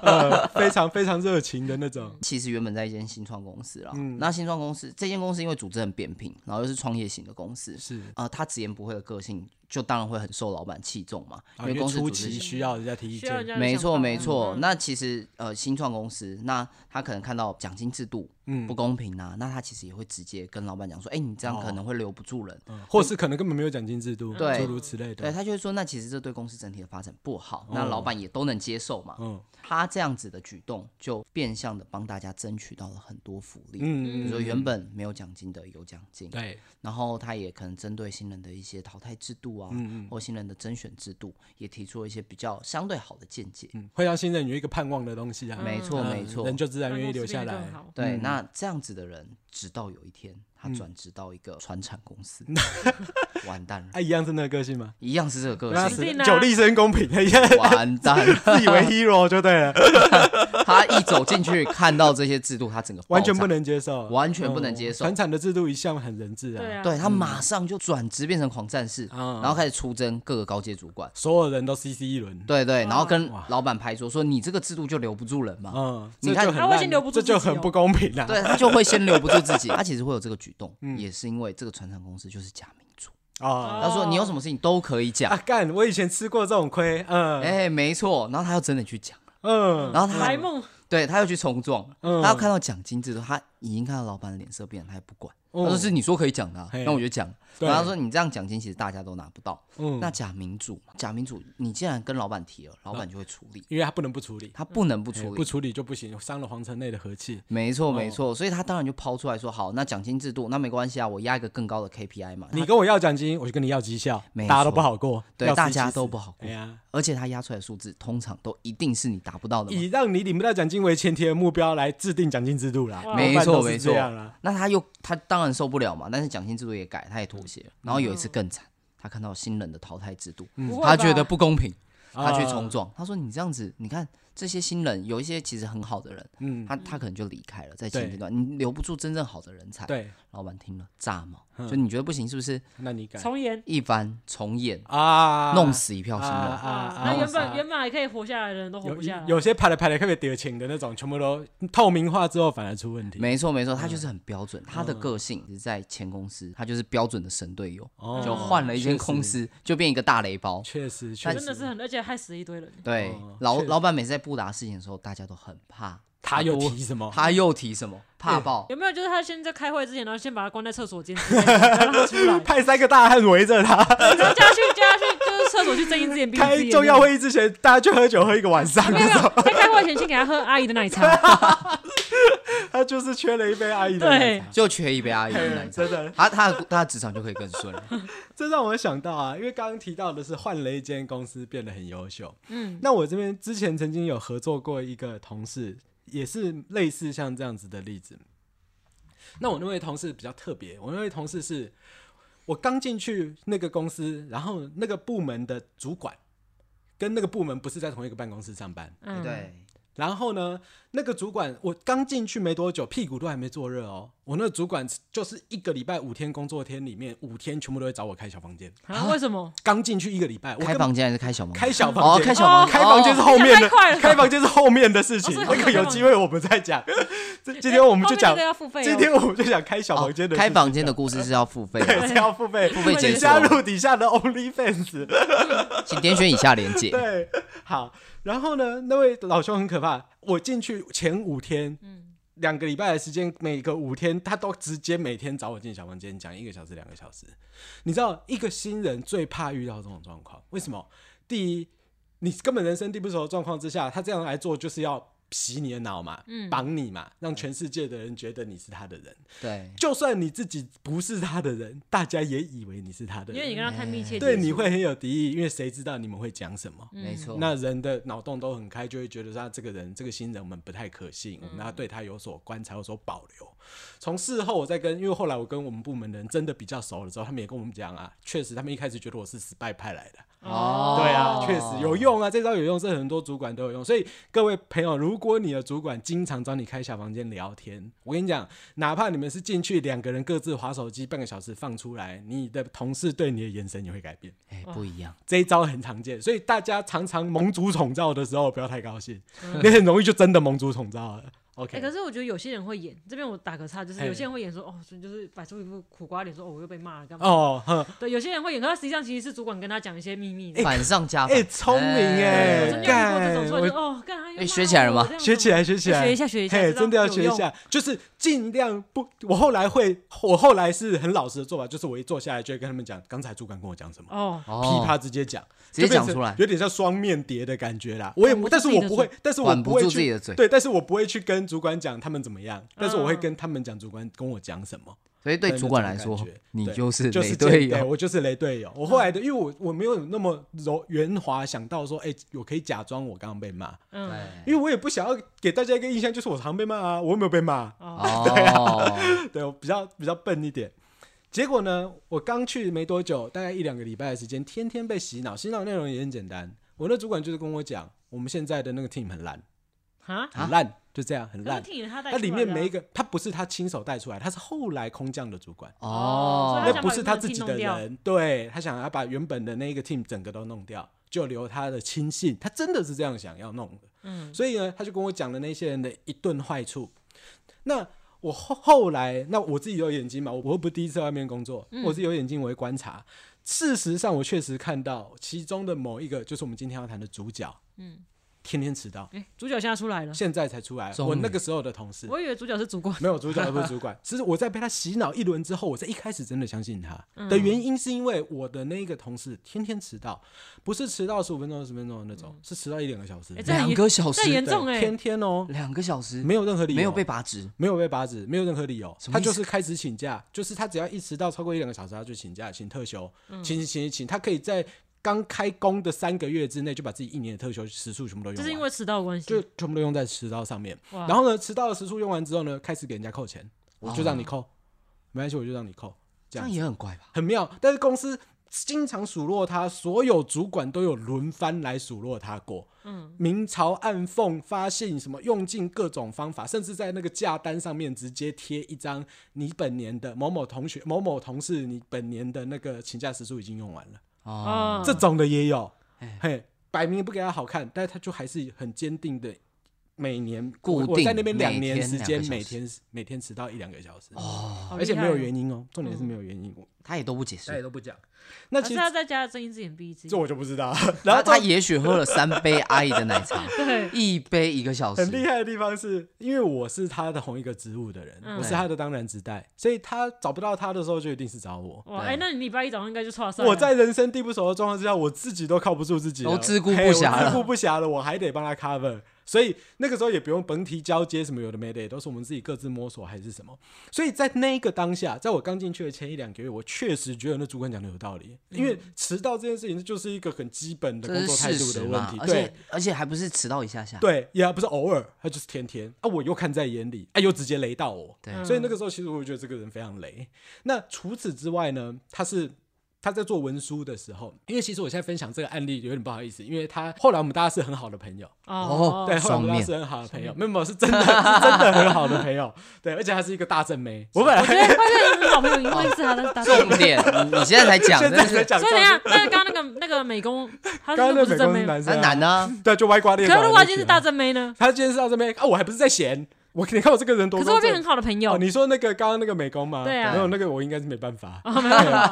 Speaker 3: 呃，非常非常热情的那种。
Speaker 1: 其实原本在一间新创公司啦，
Speaker 3: 嗯
Speaker 1: 那新创公司这间公司因为组织很扁平，然后又是创业型的公司，
Speaker 3: 是
Speaker 1: 啊、他直言不讳的个性，就当然会很受老板器重嘛，
Speaker 3: 啊，
Speaker 1: 为
Speaker 3: 因为
Speaker 1: 公司
Speaker 3: 初
Speaker 1: 组织
Speaker 3: 期需要人家提意
Speaker 2: 需要人
Speaker 3: 见，
Speaker 2: 家的
Speaker 1: 没
Speaker 2: 想
Speaker 1: 错
Speaker 2: 法
Speaker 1: 没
Speaker 2: 嗯
Speaker 1: 错，
Speaker 2: 嗯
Speaker 1: 那其实呃新创公司，那他可能看到奖金制度
Speaker 3: 嗯哦
Speaker 1: 不公平啊，那他其实也会直接跟老板讲说，哎、你这样可能会留不住人，
Speaker 3: 嗯或是可能根本没有奖金制度，
Speaker 1: 对
Speaker 3: 诸如此类
Speaker 1: 对
Speaker 3: 的。
Speaker 1: 他就会说，那其实这对公司整体的发展不好，那
Speaker 3: 哦
Speaker 1: 老板也都能接受嘛。
Speaker 3: 嗯
Speaker 1: 他这样子的举动，就变相的帮大家争取到了很多福利。比
Speaker 3: 嗯
Speaker 1: 如说原本没有奖金的有奖金，
Speaker 3: 对，
Speaker 1: 然后他也可能针对新人的一些淘汰制度啊，
Speaker 3: 嗯
Speaker 1: 或新人的甄选制度，也提出了一些比较相对好的见解。
Speaker 3: 嗯，会让新人有一个盼望的东西啊，
Speaker 1: 没错，
Speaker 3: 嗯
Speaker 1: 没错
Speaker 3: 人。就自然
Speaker 2: 办
Speaker 3: 愿意
Speaker 2: 公
Speaker 3: 留
Speaker 2: 室变
Speaker 3: 下
Speaker 2: 得
Speaker 3: 来
Speaker 2: 更。好
Speaker 1: 对，那这样子的人，直到有一天，他他
Speaker 3: 嗯
Speaker 1: 转职到一个船产公 司，完蛋了，
Speaker 3: 啊，一样是那个个性吗？
Speaker 1: 一样是这个个
Speaker 3: 那
Speaker 1: 性，
Speaker 2: 一
Speaker 3: 是
Speaker 2: 定啊
Speaker 3: 久立生公平， 一样
Speaker 1: 完蛋了。
Speaker 3: 自以为 hero 就 对
Speaker 1: 哦
Speaker 3: 了，
Speaker 1: 他一走进去，看到这些制度，他整个爆炸
Speaker 3: 完全不，能接受，哦
Speaker 1: 完全不能接受
Speaker 3: 传产的制度一向很人治啊，
Speaker 2: 对啊，
Speaker 1: 对他马上就转职变成狂战士，
Speaker 3: 嗯
Speaker 1: 然后开始出征各个高阶主管。
Speaker 3: 所有人都 CC 一轮，
Speaker 1: 对对，然后跟
Speaker 3: 哇
Speaker 1: 老板拍桌说：“你这个制度就留不住人嘛。”
Speaker 3: 嗯，
Speaker 1: 啊你
Speaker 3: 这
Speaker 1: 看
Speaker 3: 就很
Speaker 2: 他会
Speaker 3: 烂
Speaker 2: 先留不住
Speaker 3: 这就
Speaker 2: 自己
Speaker 3: 很
Speaker 2: 哦
Speaker 3: 不公平啊啦。
Speaker 1: 对他就会先留不住自己，他其实会有这个举动，
Speaker 3: 嗯
Speaker 1: 也是因为这个船厂公司就是假民主。
Speaker 3: 哦，
Speaker 1: 他说你有什么事情都可以讲
Speaker 3: 啊，，干，我以前吃过这种亏，嗯
Speaker 1: 哎，没错。然后他又真的去讲，
Speaker 3: 嗯，
Speaker 1: 然后
Speaker 2: 白
Speaker 1: 他
Speaker 2: 梦
Speaker 1: 对他又去冲撞，
Speaker 3: 嗯
Speaker 1: 他要看到奖金制度，他已经看到老板的脸色变了，他也不管。
Speaker 3: 嗯
Speaker 1: 他说是你说可以讲的啊，
Speaker 3: 嘿
Speaker 1: 那我就讲。
Speaker 3: 对
Speaker 1: 然后他说你这样奖金其实大家都拿不到。
Speaker 3: 嗯
Speaker 1: 那假民主嘛，假民主，你既然跟老板提了，老板就会处理，
Speaker 3: 因为他不能不处理，
Speaker 1: 他不能不
Speaker 3: 哎
Speaker 1: 处
Speaker 3: 嗯不
Speaker 1: 理。
Speaker 3: 处理哦就不行，伤了皇城内的和气。
Speaker 1: 没错，没错，所以他当然就抛出来说，好，那奖金制度，那没关系啊，我压一个更高的 KPI 嘛。
Speaker 3: 你跟我要奖金，我就跟你要绩效
Speaker 1: 没，
Speaker 3: 大家都
Speaker 1: 错
Speaker 3: 不好过，
Speaker 1: 对
Speaker 3: 要
Speaker 1: 大
Speaker 3: 死
Speaker 1: 家
Speaker 3: 气死
Speaker 1: 都不好过
Speaker 3: 哎呀，
Speaker 1: 而且他压出来的数字通常都一定是你达不到的
Speaker 3: 以
Speaker 1: 嘛。
Speaker 3: 让你领不到奖金为前提的目标来制定奖金制度啦，多
Speaker 1: 没
Speaker 3: 半
Speaker 1: 错
Speaker 3: 都
Speaker 1: 没
Speaker 3: 是这
Speaker 1: 错
Speaker 3: 样啊啦。，
Speaker 1: 那他又他当然受不了嘛，但是奖金制度也改，他也妥协
Speaker 3: 嗯
Speaker 1: 了。然后有一次更惨，他看到新人的淘汰制度，
Speaker 2: 不会吧
Speaker 1: 他觉得不公平，他去
Speaker 3: 啊
Speaker 1: 冲撞，他说你这样子，你看这些新人有一些其实很好的人，
Speaker 3: 嗯，
Speaker 1: 他他可能就离开了，在前
Speaker 3: 对
Speaker 1: 阶段你留不住真正好的人才。，
Speaker 3: 对，嗯
Speaker 1: 老板听了炸毛，就你觉得不行是不是？
Speaker 3: 那你改
Speaker 2: 重演
Speaker 1: 一番重演，
Speaker 3: 啊，
Speaker 1: 弄死一票新人。
Speaker 3: 啊
Speaker 2: 啊
Speaker 3: 啊！
Speaker 2: 那原
Speaker 3: 啊
Speaker 2: 本原本还可以活下来的人都活
Speaker 3: 有
Speaker 2: 哦不啊下来，
Speaker 3: 有些拍了拍了特别得情的那种，全部都透明化之后反而出问题。
Speaker 1: 没错没错，他
Speaker 3: 嗯
Speaker 1: 就是很标准，他的个性是在前公司，他就是标准的神队友，
Speaker 3: 哦
Speaker 1: 就换了一间公，司就变一个大雷包。
Speaker 3: 确实确实，确
Speaker 2: 真
Speaker 3: 实
Speaker 2: 的是很，而且害死一堆人。
Speaker 1: 对
Speaker 3: 哦，
Speaker 1: 老
Speaker 3: 确实
Speaker 1: 老板每次在布达事情的时候，大家都很怕，
Speaker 3: 他又
Speaker 1: 多
Speaker 3: 提什么？
Speaker 1: 他又提什么怕爆，
Speaker 2: 有没有就是他先在开会之前，然后先把他关在厕所间，不要让他出来，
Speaker 3: 派三个大汉围 着他，
Speaker 2: 然后叫他去叫他去就是厕所去睁一只眼闭一
Speaker 3: 开
Speaker 2: 只眼。
Speaker 3: 重要会议之前，大家去喝酒喝一个晚上，
Speaker 2: 没有没有，在开会前先给他喝阿姨的奶茶，
Speaker 3: 他就是缺了一杯阿姨的奶
Speaker 2: 对
Speaker 3: 茶。，
Speaker 1: 就缺一杯阿姨的奶
Speaker 3: 嘿
Speaker 1: 茶，
Speaker 3: 真的，
Speaker 1: 他他的他的职场就可以更顺了。
Speaker 3: 这让我想到啊，因为刚刚提到的是换了一间公司变得很优秀。
Speaker 2: 嗯，
Speaker 3: 那我这边之前曾经有合作过一个同事，也是类似像这样子的例子。那我那位同事比较特别，我那位同事是我刚进去那个公司，然后那个部门的主管跟那个部门不是在同一个办公室上班，
Speaker 2: 嗯，
Speaker 1: 对，
Speaker 3: 然后呢，那个主管我刚进去没多久，屁股都还没坐热哦。我那个主管就是一个礼拜五天工作天里面，五天全部都会找我开小房间。
Speaker 2: 啊，为什么？
Speaker 3: 刚进去一个礼拜，我根
Speaker 1: 开
Speaker 3: 本
Speaker 1: 房间还是开小房
Speaker 3: 开
Speaker 1: 间？
Speaker 3: 小
Speaker 1: 哦
Speaker 3: 房，间，
Speaker 1: 开小房
Speaker 2: 哦
Speaker 1: 间，
Speaker 3: 开房间是后面
Speaker 2: 太
Speaker 3: 的
Speaker 2: 快，了
Speaker 3: 开房间是后面的事情，
Speaker 2: 哦所以
Speaker 3: 那个有机会我们再讲。这今天我们
Speaker 2: 后
Speaker 3: 就
Speaker 2: 面
Speaker 3: 讲
Speaker 2: 那个，要付费哦，
Speaker 3: 今天我们就讲开小
Speaker 1: 哦
Speaker 3: 房间的事
Speaker 1: 开
Speaker 3: 情啊
Speaker 1: 房间的故事是要付费的，
Speaker 3: 对 是要付费，
Speaker 1: 付费
Speaker 2: 解锁
Speaker 3: 请加入底下的 OnlyFans。
Speaker 1: 请点选以下链接。
Speaker 3: 对，好，然后呢，那位老兄很可怕，我进去前五天，
Speaker 2: 嗯
Speaker 3: 两个礼拜的时间，每个五天他都直接每天找我进小房间讲一个小时、两个小时。你知道，一个新人最怕遇到这种状况，为什么？第一，你根本人生地不熟的状况之下，他这样来做就是要。洗你的脑嘛，
Speaker 2: 嗯
Speaker 3: 绑你嘛，让全世界的人觉得你是他的人。
Speaker 1: 对，
Speaker 3: 就算你自己不是他的人，大家也以为你是他的
Speaker 2: 因为你
Speaker 3: 人。
Speaker 2: 跟他太密切接触，
Speaker 3: 对，你会很有敌意，因为谁知道你们会讲什
Speaker 2: 嗯
Speaker 3: 么？
Speaker 1: 没错。
Speaker 3: 那人的脑洞都很开，就会觉得说啊这个人这个新人我们不太可信，我们要对他有所观察，有所保留。从事后我再跟，因为后来我跟我们部门的人真的比较熟了之后，他们也跟我们讲啊，确实他们一开始觉得我是失败派来的，
Speaker 1: 哦
Speaker 3: 对啊，确实有用啊，这招有用，这很多主管都有用。所以各位朋友，如果你的主管经常找你开小房间聊天，我跟你讲，哪怕你们是进去两个人各自划手机半个小时放出来，你的同事对你的眼神也会改变。
Speaker 1: 哎，不一样。
Speaker 3: 这一招很常见，所以大家常常盟主宠照的时候不要太高兴，你很容易就真的盟主宠照了。
Speaker 2: 嗯哎、
Speaker 3: OK，、
Speaker 2: 可是我觉得有些人会演，这边我打个岔，就是
Speaker 3: 哎
Speaker 2: 有些人会演说，哦，所以就是摆出一副苦瓜脸，说，哦，我又被骂了，干嘛？
Speaker 3: 哦，哼，
Speaker 2: 对，有些人会演，可他实际上其实是主管跟他讲一些秘密的。
Speaker 1: 反上加
Speaker 3: 哎、
Speaker 1: 反，
Speaker 3: 聪明
Speaker 2: 我
Speaker 3: 哎、
Speaker 2: 曾经遇过这
Speaker 3: 干
Speaker 2: 种，所以就
Speaker 3: 我
Speaker 2: 哦，干他又
Speaker 1: 哎
Speaker 2: 骂
Speaker 1: 学起来了吗
Speaker 2: 我这样子
Speaker 3: 学起来，学起来，
Speaker 2: 学一下学一下
Speaker 3: 嘿，
Speaker 2: 知道
Speaker 3: 真的要
Speaker 2: 有
Speaker 3: 学一
Speaker 2: 用
Speaker 3: 下，就是尽量不。我后来会，我后来是很老实的做法，就是我一坐下来就会跟他们讲，刚才主管跟我讲什么。
Speaker 2: 哦，
Speaker 3: 噼
Speaker 1: 哦，
Speaker 3: 啪直接讲，
Speaker 1: 直接
Speaker 3: 就变成
Speaker 1: 讲出来
Speaker 3: 有点像双面谍的感觉啦。我也
Speaker 2: 管不，住
Speaker 3: 但是
Speaker 2: 自
Speaker 3: 我
Speaker 2: 己的
Speaker 3: 不会
Speaker 2: 嘴，
Speaker 3: 但是我
Speaker 1: 管不
Speaker 3: 会
Speaker 1: 住
Speaker 3: 去
Speaker 1: 自己的嘴
Speaker 2: 嗯
Speaker 3: 对，但是我不会去跟主管讲他们怎么样，但是我会跟他们讲主管跟我讲什么。
Speaker 1: 所以对
Speaker 3: 的
Speaker 1: 主管
Speaker 3: 那
Speaker 1: 来
Speaker 3: 种
Speaker 1: 说
Speaker 3: 感觉，
Speaker 1: 你
Speaker 3: 对
Speaker 1: 就是
Speaker 3: 就是
Speaker 1: 雷队
Speaker 3: 见对
Speaker 1: 友，嗯
Speaker 3: 我就是雷队友。我后来的，因为我我没有那么柔圆滑，想到说，哎、我可以假装我刚刚被骂，
Speaker 2: 嗯，
Speaker 1: 哎
Speaker 3: 因为我也不想要给大家一个印象，就是我常被骂啊，我又没有被骂，
Speaker 2: 哦，
Speaker 3: 啊
Speaker 1: 哦，
Speaker 3: 对我比较比较笨一点。结果呢，我刚去没多久，大概一两个礼拜的时间，天天被洗脑，洗脑内容也很简单。我那主管就是跟我讲，我们现在的那个 team 很烂，
Speaker 2: 哈，
Speaker 1: 啊
Speaker 3: 很烂，就这样，很
Speaker 2: 那
Speaker 3: 烂。
Speaker 2: 挺他带
Speaker 3: 它里
Speaker 2: 出来
Speaker 3: 面
Speaker 2: 的啊
Speaker 3: 每一个，他不是他亲手带出来，他是后来空降的主管，
Speaker 2: 哦所以他
Speaker 3: 那
Speaker 2: 想
Speaker 1: 哦，
Speaker 3: 不
Speaker 2: 把
Speaker 3: 是
Speaker 2: 原
Speaker 3: 他
Speaker 2: 本
Speaker 3: 自
Speaker 2: team
Speaker 3: 己
Speaker 2: 弄
Speaker 3: 的
Speaker 2: 掉
Speaker 3: 人，对他想要把原本的那一个 team 整个都弄掉，就留他的亲信，他真的是这样想要弄的。
Speaker 2: 嗯，
Speaker 3: 所以呢，他就跟我讲了那些人的一顿坏处。那我后后来，那我自己有眼睛嘛，我又不是第一次在外面工作，
Speaker 2: 嗯
Speaker 3: 我自己有眼睛，我会观察。事实上，我确实看到其中的某一个，就是我们今天要谈的主角，
Speaker 2: 嗯，
Speaker 3: 天天迟到，
Speaker 2: 哎，主角现在出来了，
Speaker 3: 现在才出来。
Speaker 1: 终于
Speaker 3: 我那个时候的同事，
Speaker 2: 我以为主角是主管，
Speaker 3: 没有主角，不是主管。其实我在被他洗脑一轮之后，我在一开始真的相信他
Speaker 2: 嗯
Speaker 3: 的原因，是因为我的那个同事天天迟到，不是迟到十五分钟、十分钟的那种，是迟到一两个小时，
Speaker 2: 嗯哎这很
Speaker 1: 两
Speaker 2: 严
Speaker 1: 个小时
Speaker 2: 这，严
Speaker 3: 对
Speaker 2: 重哎，
Speaker 3: 天天哦，
Speaker 1: 两个小时
Speaker 3: 没有任何理由，
Speaker 1: 没有被拔职，
Speaker 3: 没有被拔职，没有任何理由，
Speaker 1: 什么
Speaker 3: 他
Speaker 1: 意思
Speaker 3: 就是开始请假，就是他只要一迟到超过一两个小时，他就请假，请特休，
Speaker 2: 嗯
Speaker 3: 请请请请，他可以在刚开工的三个月之内就把自己一年的特休时数全部都用
Speaker 2: 这
Speaker 3: 完，
Speaker 2: 是因为迟到的关系
Speaker 3: 啊就，全部都用在迟到上面。
Speaker 2: 嗯哇
Speaker 3: 然后呢，迟到的时数用完之后呢，开始给人家扣钱，我就让你扣，没关系，我就让你扣，
Speaker 1: 这
Speaker 3: 这样
Speaker 1: 样也很怪吧？
Speaker 3: 很妙。但是公司经常数落他，所有主管都有轮番来数落他过。嗯，明朝暗讽、发信什么，用尽各种方法，甚至在那个假单上面直接贴一张你本年的某某同学、某某同事，你本年的那个请假时数已经用完了，
Speaker 2: 嗯
Speaker 1: 哦，
Speaker 3: 这种的也有
Speaker 1: 哎。
Speaker 3: 嘿，摆明不给他好看，但是他就还是很坚定的。每年
Speaker 1: 固定
Speaker 3: 我在那边两
Speaker 1: 每
Speaker 3: 年
Speaker 1: 天
Speaker 3: 时
Speaker 1: 两
Speaker 3: 间，
Speaker 1: 个小时
Speaker 3: 每天每天迟到一两个小时，
Speaker 2: 好
Speaker 3: 而且
Speaker 2: 厉害
Speaker 3: 没有
Speaker 2: 哦
Speaker 3: 原因哦，重点是没有原因，我
Speaker 1: 他也都不解
Speaker 3: 大家
Speaker 1: 释，
Speaker 3: 都不讲。那
Speaker 2: 还
Speaker 3: 其
Speaker 2: 哦是
Speaker 3: 实
Speaker 2: 他在家睁一只眼闭一只
Speaker 3: 这
Speaker 2: 眼，
Speaker 3: 我就不知道。 然
Speaker 1: 他
Speaker 3: 后
Speaker 1: 他
Speaker 3: 他
Speaker 1: 也许喝了三杯阿姨的奶茶，
Speaker 2: 对，
Speaker 1: 一杯一个小
Speaker 3: 很厉
Speaker 1: 时，
Speaker 3: 害的地方是，因为我是他的同一个职务的人，
Speaker 2: 嗯
Speaker 3: 我是他的当然职带，所以他找不到他的时候就一定是找我。
Speaker 2: 哇，
Speaker 1: 对
Speaker 2: 哎，那你礼拜一早上应该就错赛，
Speaker 3: 我在人生地不熟的状况之下，我自己都靠不住自己了，
Speaker 1: 都自顾不
Speaker 3: 嘿我
Speaker 1: 暇了
Speaker 3: 自顾不暇了，我还得帮他 cover。所以那个时候也不用本体交接什么有的没的，也都是我们自己各自摸索还是什么。所以在那一个当下，在我刚进去的前一两个月，我确实觉得那主管讲的有道理，因为迟到这件事情就是一个很基本的
Speaker 1: 这
Speaker 3: 工
Speaker 1: 是
Speaker 3: 作态
Speaker 1: 事
Speaker 3: 度
Speaker 1: 实
Speaker 3: 的问
Speaker 1: 嘛
Speaker 3: 题，？
Speaker 1: 嗯而
Speaker 3: 对
Speaker 1: 且。而且还不是迟到一下下，
Speaker 3: 对，也不是偶尔，他就是天天啊，我又看在眼里，啊，又直接雷到我，
Speaker 1: 对
Speaker 3: 所以那个时候其实我觉得这个人非常雷。那除此之外呢，他是。他在做文书的时候，因为其实我现在分享这个案例有点不好意思，因为他后来我们大家是很好的朋友，
Speaker 2: 哦，
Speaker 3: 对，后来我
Speaker 1: 双
Speaker 3: 们大家
Speaker 1: 面
Speaker 3: 是很好的朋友，没有没有是真的是真的很好的朋友，对，而且他是一个大正妹，我本来
Speaker 2: 我觉得发现你老朋友因为是他 在打，所
Speaker 1: 重点你你现在才讲，
Speaker 3: 现
Speaker 1: 真的
Speaker 3: 在才
Speaker 1: 是
Speaker 3: 讲，
Speaker 2: 以等一下，那个刚刚那个那个美工，他
Speaker 3: 刚
Speaker 2: 是
Speaker 3: 刚那
Speaker 2: 不
Speaker 3: 美
Speaker 2: 是
Speaker 3: 工
Speaker 2: 正
Speaker 3: 是
Speaker 2: 妹？
Speaker 3: 男生、
Speaker 1: 那男的，啊，
Speaker 3: 对，就歪瓜裂
Speaker 2: 可
Speaker 3: 枣
Speaker 2: 是
Speaker 3: 的
Speaker 2: 如
Speaker 3: 就去了。
Speaker 2: 果他今天是大正妹呢？
Speaker 3: 他今天是大正妹啊，我还不是在闲，我你看我这个人多
Speaker 2: 可
Speaker 3: 么
Speaker 2: 是会变很好的朋友
Speaker 3: 哦，，你说那个刚刚那个美工吗？
Speaker 2: 对啊
Speaker 3: 没有那个我应该是哦没办法，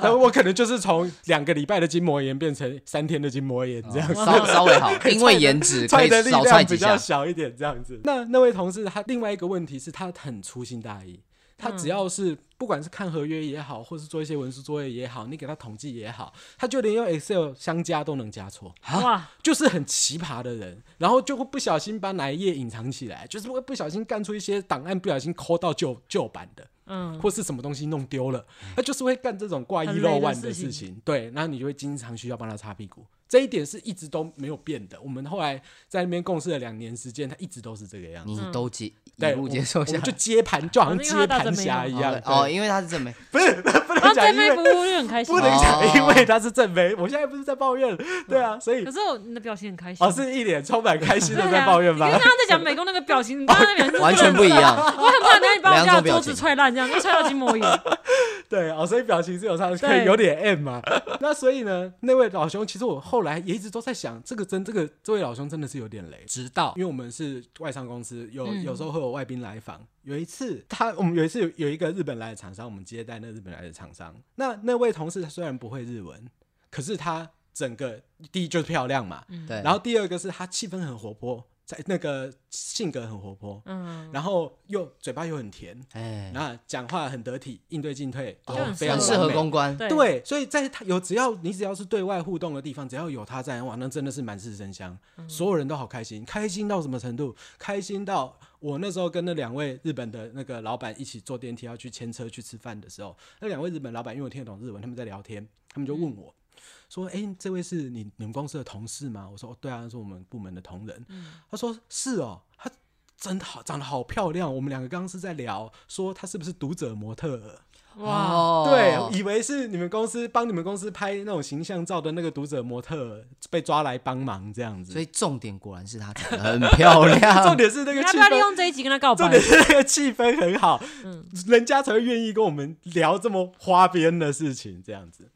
Speaker 3: 对我可能就是从两个礼拜的筋膜炎变成三天的筋膜炎这样 子。
Speaker 1: 稍稍微好，因为颜值哦可
Speaker 3: 踹
Speaker 1: 以
Speaker 3: 的力
Speaker 1: 少踹
Speaker 3: 量
Speaker 1: 几
Speaker 3: 比
Speaker 1: 下
Speaker 3: 较，小一点，这样子。那那位同事他另外一个问题是他很粗心大意，他只要是、不管是看合约也好，或是做一些文书作业也好，你给他统计也好，他就连用 Excel 相加都能加错。
Speaker 2: 哇，
Speaker 3: 就是很奇葩的人，然后就会不小心把哪一页隐藏起来，就是会不小心干出一些档案，不小心抠到旧旧版的，
Speaker 2: 嗯，
Speaker 3: 或是什么东西弄丢了，他就是会干这种挂一
Speaker 2: 很
Speaker 3: 漏
Speaker 2: 累的
Speaker 3: 万的
Speaker 2: 事情
Speaker 3: 事情。对，然后你就会经常需要帮他擦屁股，这一点是一直都没有变的。我们后来在那边共事了两年时间，他一直都是这个样子。
Speaker 1: 你都接一
Speaker 3: 对，
Speaker 1: 路
Speaker 3: 我
Speaker 1: 接受
Speaker 3: 我
Speaker 1: 下
Speaker 3: 们就
Speaker 1: 来。
Speaker 3: 接盘，就好像
Speaker 2: 哦
Speaker 3: 接
Speaker 2: 那个大
Speaker 3: 盘
Speaker 2: 正妹
Speaker 3: 侠
Speaker 2: 哦
Speaker 3: 一样
Speaker 1: 哦。哦，
Speaker 3: 对
Speaker 1: 因为他是正妹，
Speaker 3: 不能
Speaker 2: 他
Speaker 3: 讲
Speaker 2: 正
Speaker 3: 因
Speaker 2: 妹服
Speaker 3: 为
Speaker 2: 务就很开心
Speaker 3: 不。能讲，因
Speaker 1: 哦
Speaker 3: 为他是正妹。我现在不是在抱怨，对啊，所以
Speaker 2: 可是我你的表情很开心，
Speaker 3: 哦，是一脸充满开心
Speaker 2: 对
Speaker 3: 的
Speaker 2: 啊，
Speaker 3: 在抱怨吧
Speaker 2: 因为？刚刚在讲美工那个表 情，你刚刚那表情
Speaker 1: 完全不一样。
Speaker 2: 我很怕等下你把我家
Speaker 1: 两种
Speaker 2: 的
Speaker 1: 表
Speaker 2: 桌
Speaker 1: 情
Speaker 2: 子踹烂，这样就踹到筋膜炎。
Speaker 3: 对哦，所以表情是有差，可以
Speaker 2: 对
Speaker 3: 有点 M 嘛。 那所以呢，那位老兄，其实我后来也一直都在想，这个真这个这位老兄真的是有点雷。 直到因为我们是外商公司，有、
Speaker 2: 嗯
Speaker 3: 有时候会有外宾来访。有一次他我们有一次有有一个日本来的厂商，我们接待那日本来的厂商。那那位同事他虽然不会日文，可是他整个第一就是漂亮嘛，
Speaker 1: 对，
Speaker 2: 嗯
Speaker 3: 然后第二个是他气氛很活泼。在那个性格很活泼，
Speaker 2: 嗯，
Speaker 3: 然后又嘴巴又很甜，
Speaker 1: 哎，
Speaker 3: 那讲话很得体，应对进退都
Speaker 2: 就很
Speaker 3: 非
Speaker 2: 合
Speaker 3: 常
Speaker 1: 很适
Speaker 3: 完
Speaker 1: 合
Speaker 3: 美
Speaker 1: 公关，
Speaker 2: 对
Speaker 3: 对，所以在他有只要你只要是对外互动的地方，只要有他在，哇，那真的是满室生香，所有人都好开心，开心到什么程度？开心到我那时候跟那两位日本的那个老板一起坐电梯要去牵车去吃饭的时候，那两位日本老板因为我听得懂日文，他们在聊天，他们就问我。说，哎、这位是你你们公司的同事吗？我说，哦，对啊，是我们部门的同仁。他说是哦，他真的好长得好漂亮。我们两个刚刚是在聊，说她是不是读者模特儿？
Speaker 2: 哇，
Speaker 1: 哦
Speaker 2: 哦
Speaker 3: 对，以为是你们公司帮你们公司拍那种形象照的那个读者模特被抓来帮忙这样 子。
Speaker 1: 所以重点果然是她长得很漂
Speaker 3: 重
Speaker 1: 亮，
Speaker 3: 点是那
Speaker 2: 哦你
Speaker 3: 个
Speaker 2: 要
Speaker 3: 气
Speaker 2: 不要利
Speaker 3: 氛，
Speaker 2: 用这一集跟他告
Speaker 3: 重
Speaker 2: 白
Speaker 3: 点？是那个气氛很好，
Speaker 2: 嗯
Speaker 3: 人家才会愿意跟我们聊这么花边的事情这样子。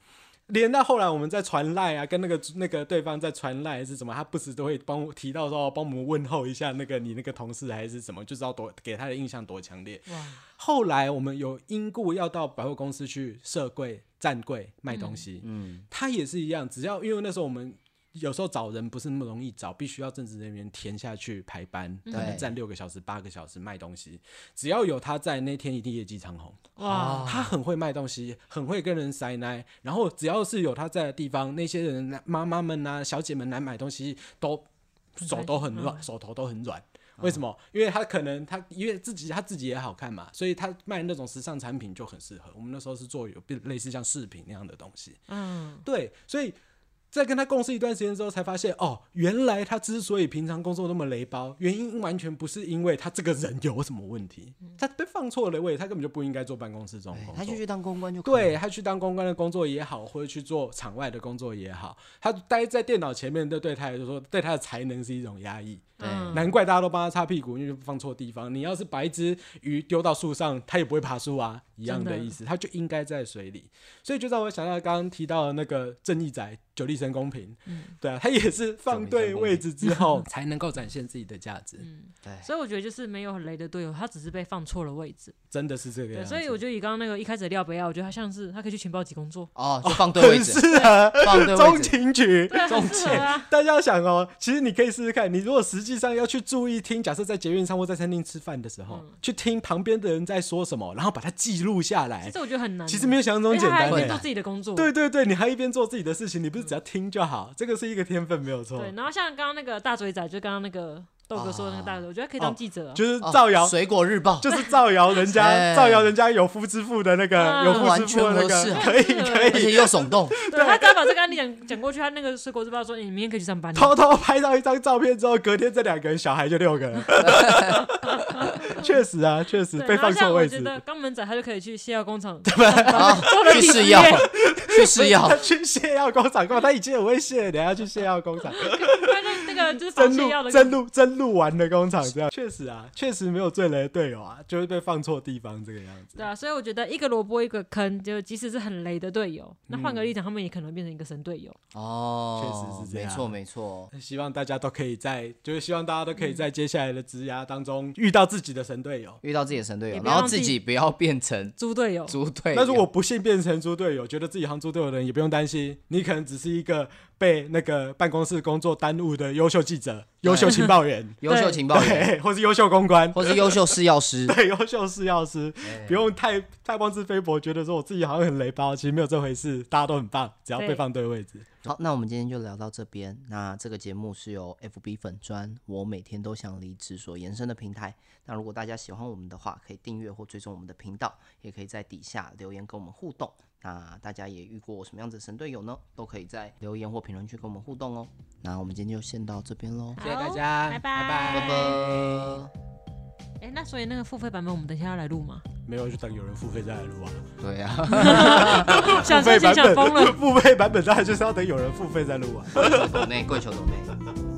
Speaker 3: 连到后来我们在传赖啊，跟那个那个对方在传赖是什么，他不时都会帮我提到说帮我们问候一下那个你那个同事还是什么，就知道多给他的印象多强烈。
Speaker 2: 哇，
Speaker 3: 后来我们有因故要到百货公司去设柜、站柜卖东西，
Speaker 1: 嗯，
Speaker 3: 他也是一样，只要因为那时候我们有时候找人不是那么容易找，必须要正职人员填下去排班，他们
Speaker 1: 嗯对
Speaker 3: 站六个小时、八个小时卖东西，只要有他在，那天一定业绩长虹。
Speaker 2: 哇，
Speaker 3: 他很会卖东西，很会跟人塞奶，然后只要是有他在的地方，那些人妈妈们啊、小姐们来买东西，都
Speaker 2: 很
Speaker 3: 手
Speaker 2: 开
Speaker 3: 都
Speaker 2: 心
Speaker 3: 很
Speaker 1: 嗯
Speaker 3: 软，手头都很软。为什么？因为他可能他因为自己他自己也好看嘛，所以他卖那种时尚产品就很适合。我们那时候是做有类似像饰品那样的东西，
Speaker 2: 嗯，
Speaker 3: 对，所以在跟他共事一段时间之后，才发现哦，原来他之所以平常工作那么雷包，原因完全不是因为他这个人有什么问题，他被放错了位，他根本就不应该做办公室这
Speaker 1: 嗯
Speaker 3: 种
Speaker 1: 对
Speaker 3: 工
Speaker 1: 她
Speaker 3: 作
Speaker 1: 哎就。去当公关就可以
Speaker 3: 对
Speaker 1: 了，
Speaker 3: 他去当公关的工作也好，或者去做场外的工作也好，他待在电脑前面，都对他来说，对他的才能是一种压抑。
Speaker 2: 嗯
Speaker 1: 对
Speaker 3: 难怪大家都帮他擦屁股，因为放错地方。你要是把一只鱼丢到树上，它也不会爬树啊，一样的
Speaker 2: 真的
Speaker 3: 意思，它就应该在水里。所以就让我想到刚刚提到的那个正义仔九力神公平，
Speaker 2: 嗯
Speaker 3: 对啊，他也是放对位置 之后才能够展现自己的价值，
Speaker 2: 嗯
Speaker 1: 对，
Speaker 2: 所以我觉得就是没有很雷的队友，他只是被放错了位置。
Speaker 3: 真啊的是这个
Speaker 2: 对，
Speaker 3: 样子。
Speaker 2: 所以我觉得以刚刚那个一开始的廖北亚，我觉得他像是他可以去情报局工 作，
Speaker 1: 哦，就放对位
Speaker 3: 很
Speaker 1: 置，
Speaker 3: 适合
Speaker 1: 放对位
Speaker 3: 中
Speaker 1: 置，
Speaker 3: 情局。
Speaker 2: 对啊，很适合啊，
Speaker 3: 大家要想哦，其实你可以试试看，你如果实际上要去注意听，假设在捷运上或在餐厅吃饭的时
Speaker 2: 嗯
Speaker 3: 候，去听旁边的人在说什么，然后把它记录下
Speaker 2: 其
Speaker 3: 来，
Speaker 2: 实我觉得很难。
Speaker 3: 哎其实没有想象
Speaker 2: 啊因为
Speaker 3: 中简
Speaker 2: 他还
Speaker 3: 单
Speaker 2: 可
Speaker 3: 的
Speaker 2: 以。做自己的工作。
Speaker 3: 对对对，你还一边做自己的事情，你不是只要听就好，这个是一个天分，没有错
Speaker 2: 对，。然后像刚刚那个大嘴仔，就刚刚那个豆哥说的那个大嘴，我觉得可以当记者啊。
Speaker 3: 哦就是
Speaker 1: 哦
Speaker 3: 造谣，
Speaker 1: 水果日报，
Speaker 3: 就是造谣人家，
Speaker 1: 哎
Speaker 3: 造谣人家有夫之妇的那个，
Speaker 2: 嗯
Speaker 3: 有夫之妇的那
Speaker 1: 完全合适
Speaker 3: 个，
Speaker 1: 啊
Speaker 3: 可以
Speaker 2: 对
Speaker 3: 可
Speaker 1: 而
Speaker 3: 以，
Speaker 1: 且又耸动，
Speaker 2: 对他只要把这个案例讲讲过去，他那个水果日报说你明天可以去上班。
Speaker 3: 偷偷拍到一张照片之后，隔天这两个人小孩就六 个人，确实啊，确实
Speaker 2: 对，
Speaker 3: 被
Speaker 2: 然后
Speaker 3: 放
Speaker 2: 像
Speaker 3: 错
Speaker 2: 我
Speaker 3: 位
Speaker 2: 觉
Speaker 3: 置。
Speaker 2: 得肛门仔他就可以去泻药工 厂，
Speaker 1: 然后去试药，去试药
Speaker 3: 他，去泻药工厂干嘛？他已经很会泻了，等下去泻药工厂，
Speaker 2: 他就那个就是防
Speaker 3: 真
Speaker 2: 泻药的
Speaker 3: 露真露真露完的 工厂这样。确实啊，确实没有最雷的队友啊，就是被放错地方这个样子。
Speaker 2: 对啊，所以我觉得一个萝卜一个坑，就即使是很雷的队友，那
Speaker 3: 嗯
Speaker 2: 换个立场，他们也可能变成一个神队友。
Speaker 1: 哦，
Speaker 3: 确实是这样
Speaker 1: 没错没哦错，
Speaker 3: 希望大家都可以在，就是希望大家都可以在接下来的职涯当中遇到自己的神队友。
Speaker 1: 遇到自己的神队
Speaker 2: 也
Speaker 1: 友，
Speaker 2: 不要
Speaker 1: 然后
Speaker 2: 让自
Speaker 1: 自
Speaker 2: 己
Speaker 1: 己不要变 成
Speaker 2: 猪队友，
Speaker 1: 猪队友。
Speaker 3: 那如果不幸变成猪队友，觉得自己行猪队友的人也不用担心，你可能只是一个被那个办公室工作耽误的优秀记者、优秀情报员
Speaker 1: ，优秀
Speaker 2: 对
Speaker 1: 情报员，
Speaker 3: 对，或 是优秀公关，
Speaker 1: 或是优秀试药 师，
Speaker 3: 对，优秀试药师，
Speaker 1: 哎
Speaker 3: 不用太太妄自菲薄，觉得说我自己好像很雷包，其实没有这回事，大家都很棒，只要被
Speaker 2: 对
Speaker 3: 放对位置。
Speaker 1: 好，那我们今天就聊到这边。那这个节目是由 FB 粉砖“我每天都想离职”所延伸的平台。那如果大家喜欢我们的话，可以订阅或追踪我们的频道，也可以在底下留言跟我们互动。那大家也遇过什么样子的神队友呢？都可以在留言或评论区跟我们互动哦。那我们今天就先到这边喽，
Speaker 3: 谢谢大
Speaker 2: 好
Speaker 3: 家
Speaker 2: 拜
Speaker 3: 拜
Speaker 1: 拜
Speaker 2: 拜。
Speaker 1: 拜。
Speaker 2: 哎，那所以那个付费版本，我们等一下要来录 吗？
Speaker 3: 没有就等有人付费再来录啊，
Speaker 1: 对呀、
Speaker 2: 想
Speaker 3: 付费
Speaker 2: 想
Speaker 3: 版
Speaker 2: 想疯了
Speaker 3: 本，。付费版本当然就是要等有人付费再录啊。
Speaker 1: 抖内跪求抖内。